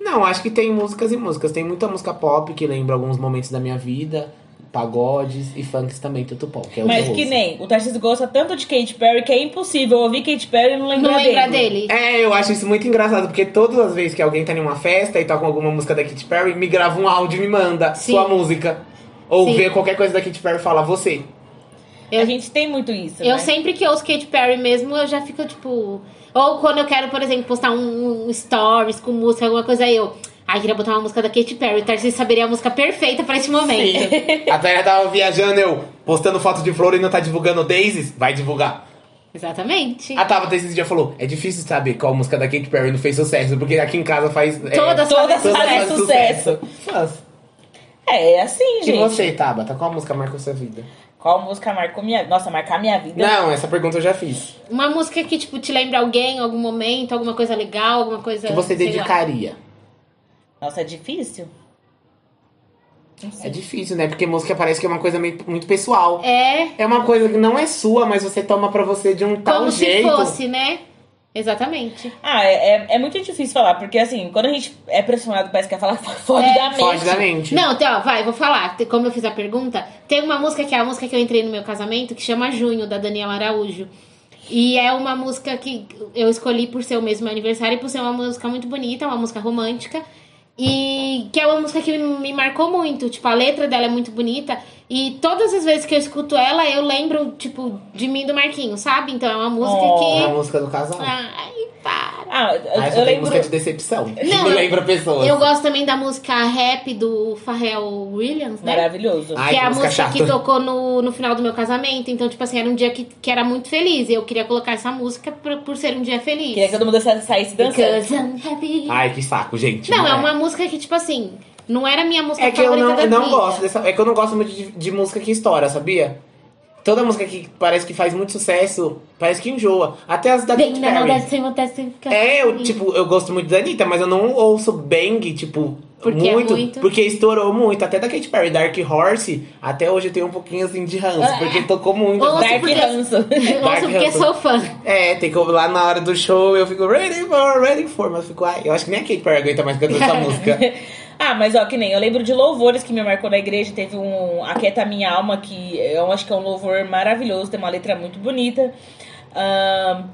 Não, acho que tem músicas e músicas. Tem muita música pop que lembra alguns momentos da minha vida. Pagodes e funks também, tanto pop. Que é o
Mas
eu
que
ouço.
nem. O Tarcísio gosta tanto de Katy Perry que é impossível ouvir Katy Perry e não lembrar
Não lembra
dele.
dele.
É, eu acho isso muito engraçado, porque todas as vezes que alguém tá em uma festa e toca alguma música da Katy Perry, me grava um áudio e me manda
Sim.
sua música. Ou
Sim.
vê qualquer coisa da Katy Perry e fala você.
A gente tem muito isso.
Eu
né?
sempre que ouço Katy Perry mesmo, eu já fico tipo. Ou quando eu quero, por exemplo, postar um, um stories com música, alguma coisa, aí eu. Ai, queria botar uma música da Katy Perry. Então vocês saberiam a música perfeita pra esse momento.
A Tânia tava viajando, eu postando foto de flor e não tá divulgando Daisies? Vai divulgar.
Exatamente.
A Tabata Ah, esse dia falou: é difícil saber qual música da Katy Perry não fez sucesso, porque aqui em casa faz. é,
Todas
Todas
fazem
fazem
faz
sucesso.
Faz.
É, é assim,
E
gente.
você, Tabata, qual música marcou sua vida?
Qual música marcou minha Nossa, marcar minha vida.
Não, essa pergunta eu já fiz.
Uma música que, tipo, te lembra alguém, algum momento, alguma coisa legal, alguma coisa.
Que você
sei lá.
dedicaria.
Nossa, é difícil? Não
É
sei.
difícil, né? Porque música parece que é uma coisa meio- muito pessoal.
É.
É uma coisa que não é sua, mas você toma pra você de um tal
Como se
jeito.
fosse, né? Exatamente.
Ah, é, é, é muito difícil falar, porque assim, quando a gente é pressionado, parece que vai falar foge
É.
da mente.
Foge da mente.
Não, então, ó, vai, vou falar. Te- Como eu fiz a pergunta, tem uma música que é a música que eu entrei no meu casamento, que chama Junho, da Daniela Araújo. E é uma música que eu escolhi por ser o mesmo meu aniversário e por ser uma música muito bonita, uma música romântica. E que é uma música que me, me marcou muito. Tipo, a letra dela é muito bonita. E todas as vezes que eu escuto ela, eu lembro, tipo, de mim e do Marquinho, sabe? Então é uma música
Oh.
É a
que.
música do casal.
Ai, para.
Ah, eu,
Aí
eu
só tem
lembro.
música de decepção.
Não,
Não, que lembra pessoas.
Eu gosto também da música rap do Pharrell Williams, né?
Maravilhoso.
Ai,
que é a
música
música
chata.
que tocou no, no final do meu casamento. Então, tipo assim, era um dia que, que era muito feliz. E eu queria colocar essa música pra- por ser um dia feliz.
Queria que todo mundo sa- saísse dançando.
Because I'm happy.
Ai, que saco, gente.
Não, é uma música que, tipo assim, não era a minha música
É que eu
favorita
não,
da
eu não
vida.
gosto dessa. É que eu não gosto muito de, de música que estoura, sabia? Toda música que parece que faz muito sucesso, parece que enjoa. Até as da
Bem
Katy
né, na maldade,
Perry.
sem vontade, sem ficar.
É, eu, tipo, eu gosto muito da Anitta, mas eu não ouço Bang, tipo,
Porque é
muito,
muito.
Porque estourou muito. Até da Katy Perry, Dark Horse, até hoje eu tenho um pouquinho assim de
É.
ranço, porque tocou muito.
Ô,
Dark
porque-
Hanson.
Eu
Dark
ouço porque
Hanson.
sou fã.
É, tem que lá na hora do show eu fico ready for, ready for, mas eu fico, ai, eu acho que nem a Katy Perry aguenta mais cantando essa música.
Ah, mas ó, que nem eu lembro de louvores que me marcou na igreja. Teve um Aquieta Minha Alma, que eu acho que é um louvor maravilhoso, tem uma letra muito bonita. Ahn,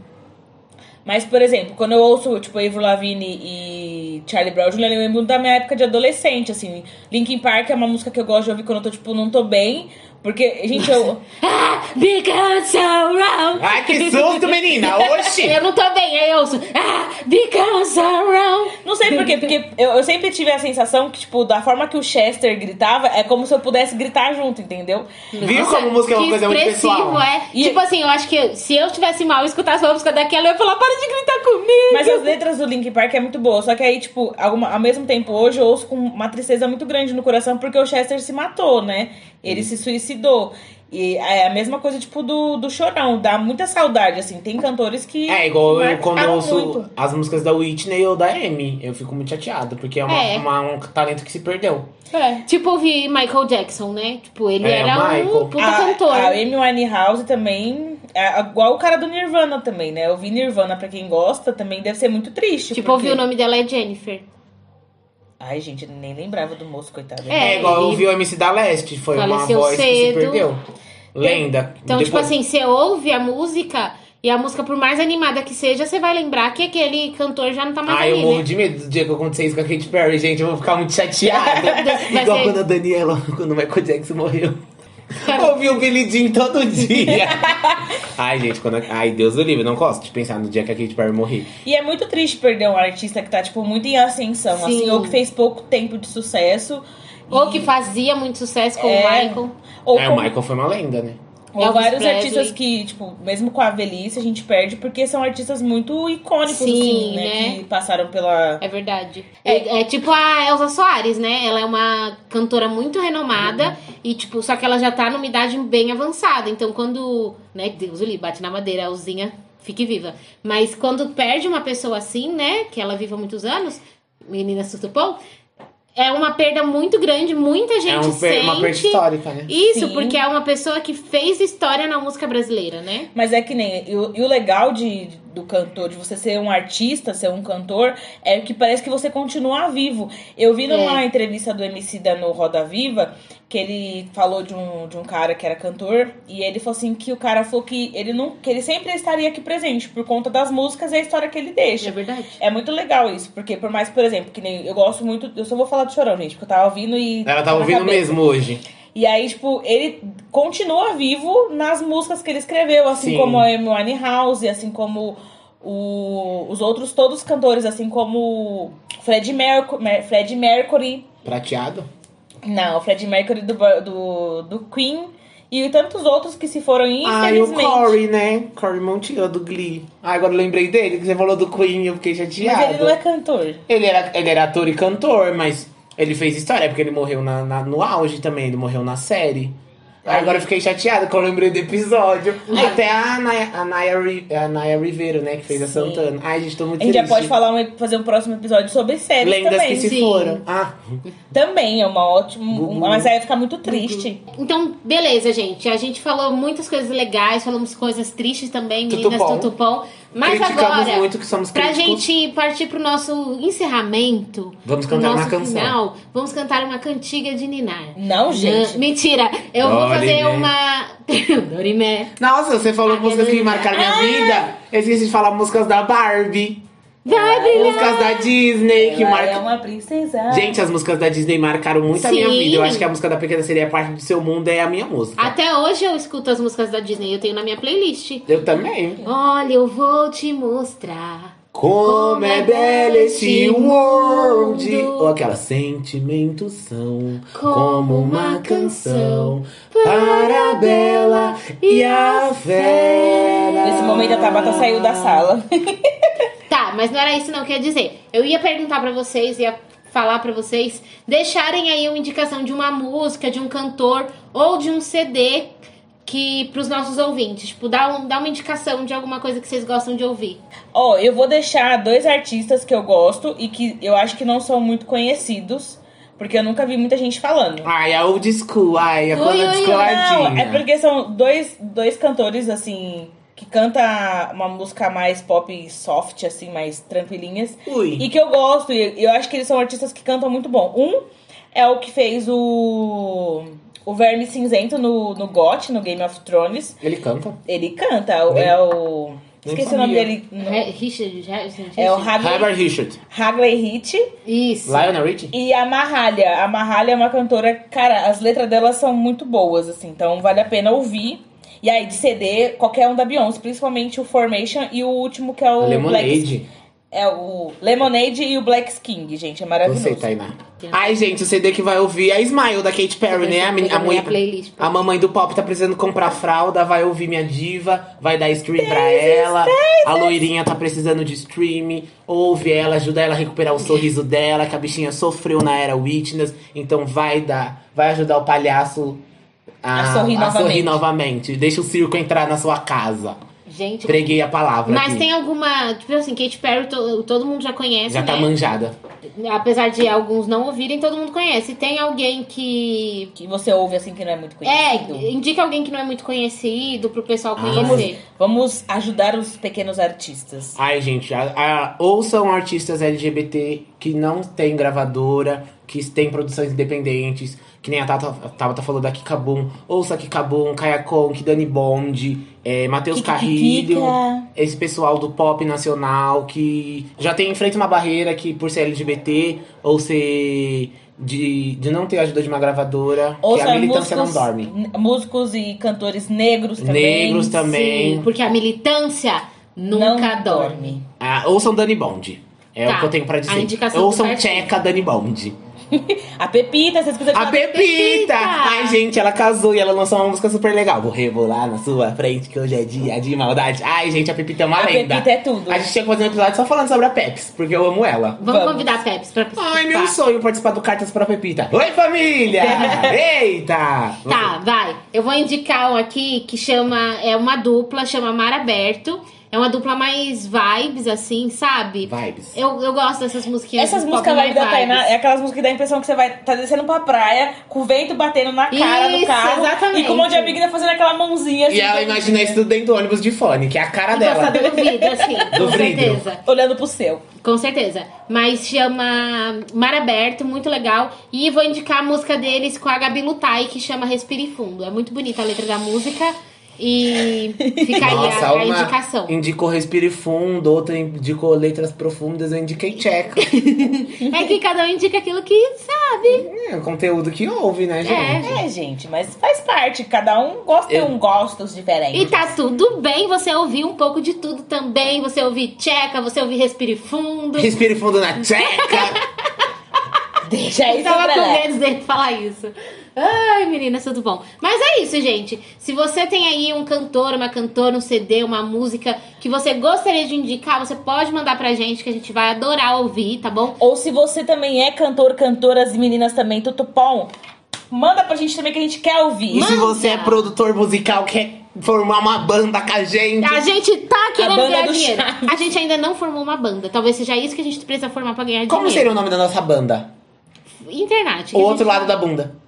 mas, por exemplo, quando eu ouço, tipo, Avril Lavigne e Charlie Brown Jr., eu lembro da minha época de adolescente, assim. Linkin Park é uma música que eu gosto de ouvir quando eu tô, tipo, não tô bem. Porque, gente, eu...
Ah, because I'm wrong.
Ai, que susto, menina! Oxi!
Eu não tô bem, aí eu ouço. Ah, because I'm wrong.
Não sei por quê, porque eu, eu sempre tive a sensação que, tipo, da forma que o Chester gritava, é como se eu pudesse gritar junto, entendeu?
Viu como música é uma
que
coisa muito
expressivo,
pessoal?
é.
E-
Tipo assim, eu acho que se eu estivesse mal e escutasse uma música daquela, eu ia falar, para de gritar comigo.
Mas as letras do Linkin Park é muito boa. Só que aí, tipo, alguma- ao mesmo tempo hoje eu ouço com uma tristeza muito grande no coração porque o Chester se matou, né? Ele se suicidou. E é a mesma coisa, tipo, do, do Chorão. Dá muita saudade, assim. Tem cantores que.
É, igual eu,
marcaram
quando eu ouço
muito.
as músicas da Whitney ou da Amy, eu fico muito chateado, porque é, uma-
É.
uma- um talento que se perdeu.
É.
Tipo, ouvir Michael Jackson, né? Tipo, ele
É,
era um
Michael.
puta
a,
cantor.
A Amy Winehouse também. É igual o cara do Nirvana também, né? Ouvir Nirvana, pra quem gosta, também deve ser muito triste.
tipo,
porque-
ouvir o nome dela é Jennifer.
Ai, gente, nem lembrava do moço, coitado.
É,
É, igual eu
e-
ouvi o MC da Leste, foi uma
Faleceu
voz que se
cedo.
perdeu. Lenda.
Então, tipo assim, você ouve a música e a música, por mais animada que seja, você vai lembrar que aquele cantor já não tá mais
Ai, Ah, eu
ali,
morro
né?
de medo do dia que acontecer isso com a Katy Perry, gente. Eu vou ficar muito chateada.
Vai
Igual
ser-
quando a Daniela, quando o Michael Jackson morreu. Ouvi o Billy Jean todo dia. Ai, gente, quando. Ai, Deus do livre, eu não gosto de pensar no dia que a Katy Perry morrer.
E é muito triste perder um artista que tá, tipo, muito em ascensão,
Sim.
assim, ou que fez pouco tempo de sucesso.
Ou
e-
que fazia muito sucesso com o
É.
Michael.
ou
é,
com-
o Michael foi uma lenda, né?
ou
Elvis
vários
Presley.
artistas que, tipo, mesmo com a velhice, a gente perde, porque são artistas muito icônicos,
Sim,
assim, né?
né?
Que passaram pela.
É verdade. É, é tipo a Elza Soares, né? Ela é uma cantora muito renomada e, tipo, só que ela já tá numa idade bem avançada. Então, quando, né, Deus lhe bate na madeira, a Elzinha fique viva. Mas quando perde uma pessoa assim, né, que ela viva muitos anos, menina Sutupom, é uma perda muito grande, muita gente
é um per-
sente.
uma perda histórica, né?
Isso,
Sim.
porque é uma pessoa que fez história na música brasileira, né?
Mas é que nem. E o, e o legal de, do cantor, de você ser um artista, ser um cantor, é que parece que você continua vivo. Eu vi numa entrevista do MC da no Roda Viva que ele falou de um, de um cara que era cantor e ele falou assim que o cara falou que ele não que ele sempre estaria aqui presente por conta das músicas e a história que ele deixa.
É verdade.
É muito legal isso, porque por mais, por exemplo, que nem eu gosto muito, eu só vou falar do Chorão, gente, porque eu tava ouvindo e
Ela tá
na
ouvindo
cabeça.
mesmo hoje.
E aí, tipo, ele continua vivo nas músicas que ele escreveu, assim
Sim.
como a Amy Winehouse, assim como o- os outros, todos os cantores, assim como Fred, Mercu- Mer- Fred Mercury,
Prateado?
não, Fred Mercury do, Bur- do, do Queen, e tantos outros que se foram
Ah, e o
infelizmente.
Corey, né? Corey Monteiro do Glee. Ah, agora eu lembrei dele, que você falou do Queen, eu fiquei
mas
chateado.
ele não é cantor.
Ele era, ele era ator e cantor, mas ele fez história, é porque ele morreu na, na- no auge também, ele morreu na série. Aí agora eu fiquei chateada que eu lembrei do episódio. Até a Naya, a, Naya, Ri- a Naya Rivero, né, que fez a
Sim.
Santana. Ai, gente, tô muito
A gente já
triste.
pode falar um- fazer um próximo episódio sobre séries
Lendas
também.
que se
sim.
foram. Ah,
Também é uma ótima.
Gugu.
Mas aí fica muito triste.
Então, beleza, gente. A gente falou muitas coisas legais, falamos coisas tristes também,
Tutupom.
meninas tutupom. Mas
criticamos
agora,
muito que somos
pra
críticos.
gente partir pro nosso encerramento,
Vamos
pro
cantar
nosso
uma canção.
final, vamos cantar uma cantiga de Ninar.
Não, gente.
Não, mentira, eu vou
Dorimé.
fazer uma. Dorimé.
Ah, é. Nossa, você falou músicas que marcaram minha vida. Eu esqueci de falar músicas da Barbie.
Vai brilhar!
Músicas da Disney que
Ela
marca.
é uma princesa.
Gente, as músicas da Disney marcaram muito a minha
Sim.
vida. Eu acho que a música da Pequena Sereia, Parte do Seu Mundo, é a minha música.
Até hoje eu escuto as músicas da Disney, eu tenho na minha playlist.
Eu também.
Olha, eu vou te mostrar.
Como é belo este world! Ou aquela, sentimentos são como uma canção para a Bela e a Fera.
Nesse momento a Tabata saiu da sala.
Tá, mas não era isso não que eu ia dizer. Eu ia perguntar pra vocês, ia falar pra vocês deixarem aí uma indicação de uma música, de um cantor ou de um CD que pros nossos ouvintes, tipo, dá, um, dá uma indicação de alguma coisa que vocês gostam de ouvir.
Ó, eu vou deixar dois artistas que eu gosto e que eu acho que não são muito conhecidos, porque eu nunca vi muita gente falando.
Ai, a old school, ai, a
Ui,
coisa
ui,
descoladinha.
Não, é porque são dois, dois cantores, assim, que canta uma música mais pop soft, assim, mais tranquilinhas.
Ui.
E que eu gosto, e eu acho que eles são artistas que cantam muito bom. Um é o que fez o, o Verme Cinzento no, no GOT, no Game of Thrones.
Ele canta.
Ele canta, o- é o...
Nem
Esqueci o nome
sabia.
dele.
Re- Richard, Harrison,
É o
Richard.
Hagley,
Herbert Richard.
Hagley Hitch.
Isso.
Lionel Richie?
E a Marralha. A Marralha é uma cantora, cara, as letras dela são muito boas, assim, então vale a pena ouvir. E aí, de CD, qualquer um da Beyoncé, principalmente o Formation e o último que é o Black.
Lemonade.
É o Lemonade e o Black King, gente, é maravilhoso.
Você, Tainá. Ai, gente, o CD que vai ouvir é Smile, da Katy Perry, né? A, meni- a,
Pegar
é
mulher,
minha playlist.
a mamãe do pop tá precisando comprar fralda, vai ouvir minha diva, vai dar stream pra ela. A loirinha tá precisando de stream. Ouve ela, ajuda ela a recuperar o sorriso dela, que a bichinha sofreu na era Witness. Então vai dar, vai ajudar o palhaço a,
A sorrir
sorrir
novamente.
novamente. Deixa o circo entrar na sua casa.
Gente,
Preguei a palavra.
mas
aqui.
tem alguma, tipo assim, Katy Perry to- todo mundo já conhece,
Já
né?
tá manjada.
Apesar de alguns não ouvirem, todo mundo conhece. Tem alguém que
Que você ouve, assim, que não é muito
É,
conhecido.
indica alguém que não é muito conhecido pro pessoal
Ah.
conhecer.
Vamos ajudar os pequenos artistas.
Ai, gente, a, a- ouçam artistas LGBT que não tem gravadora, que tem produções independentes, que nem a Tata, a Tabata falou da Kikabum. Ouça Kikabum, Kaya Conk, Dani Bond, eh, Matheus
Kiki,
Carrilho.
Kika.
Esse pessoal do pop nacional que já tem enfrenta uma barreira que por ser LGBT ou ser de, de não ter a ajuda de uma gravadora, que a
Ouça
militância
músicos,
não dorme.
músicos e cantores negros também.
Negros também.
Sim, porque a militância
Não
nunca dorme.
Ah, ouçam Dani Bond. É
Tá,
o que eu tenho pra
a
dizer.
indicação do
Ouçam
Martinho.
Tcheca Dani Bond.
A Pepita, vocês precisam de
A
uma
Pepita!
Pepita!
Ai, gente, ela casou e ela lançou uma música super legal. Vou rebolar na sua frente, que hoje é dia de maldade. Ai, gente, a Pepita é uma
A
lenda.
Pepita é tudo.
A gente tinha que fazer um episódio só falando sobre a Peps, porque eu amo ela.
Vamos,
Vamos.
convidar a Peps pra
Ai,
participar.
meu sonho participar do Cartas pra Pepita. Oi, família! Eita!
Tá, vai. Eu vou indicar um aqui que chama. É uma dupla, chama Mar Aberto. É uma dupla mais vibes, assim, sabe?
Vibes.
Eu, eu gosto dessas musiquinhas.
Essas
de
músicas
pop
vai da
mais
Tainá
vibes.
é aquelas músicas que dá a impressão que você vai tá descendo pra praia, com o vento batendo na cara do
Isso,
carro.
exatamente.
E com um monte de amiga ainda fazendo aquela mãozinha assim.
E ela
pra-
imagina isso tudo dentro do ônibus de fone, que é a cara
E
dela.
gostar do vidro, assim,
Do
com
vidro.
certeza.
Olhando pro céu.
Com certeza. Mas chama Mar Aberto, muito legal. E vou indicar a música deles com a Gabi Lutai, que chama Respire Fundo. É muito bonita a letra da música. E fica aí
Nossa,
a, a
uma
indicação.
indicou Respire Fundo, outra indicou Letras Profundas, eu indiquei Tcheca.
É que cada um indica aquilo que sabe.
é, conteúdo que houve, né, gente?
É, gente, mas faz parte. Cada um gosta tem
Eu-
um gostos diferentes.
E tá tudo bem você ouvir um pouco de tudo também. Você ouvir tcheca, você ouvir respire fundo.
Respire fundo na tcheca. É
Deixa
Eu
isso
tava
pra
com
lá.
medo dele falar isso. Ai, meninas, tudo bom. Mas é isso, gente. Se você tem aí um cantor, uma cantora, um CD, uma música que você gostaria de indicar, você pode mandar pra gente, que a gente vai adorar ouvir, tá bom?
Ou se você também é cantor, cantoras e meninas também, tutupom, manda pra gente também que a gente quer ouvir.
e se
Manda.
você é produtor musical, quer formar uma banda com a gente?
A gente tá querendo
banda
ganhar
do
dinheiro.
Chaves.
A gente ainda não formou uma banda. Talvez seja isso que a gente precisa formar pra ganhar
Como seria
dinheiro.
o nome da nossa banda?
Internet. que
O
a
outro
gente-
lado da bunda.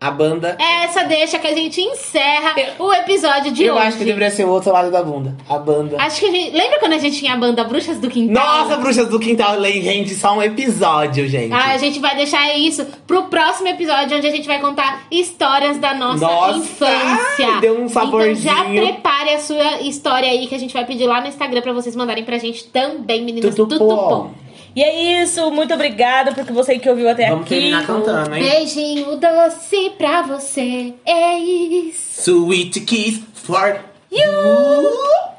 A banda.
Essa deixa que a gente encerra o episódio É de
eu
hoje.
acho que deveria ser o outro lado da bunda. A banda.
Acho que a gente. tá Lembra quando a gente tinha a banda Bruxas do Quintal?
Nossa, Bruxas do Quintal Lei rende só um episódio, gente.
Ah, a gente vai deixar isso pro próximo episódio, onde a gente vai contar histórias da nossa,
Nossa,
infância.
ai, deu um saborzinho.
Então já prepare a sua história aí, que a gente vai pedir lá no Instagram pra vocês mandarem pra gente também, meninas.
Tudo bom.
E é isso, muito obrigada por que você que ouviu até
Vamos
aqui.
terminar cantando, hein?
Beijinho doce pra você. É isso.
Sweet Kiss for You.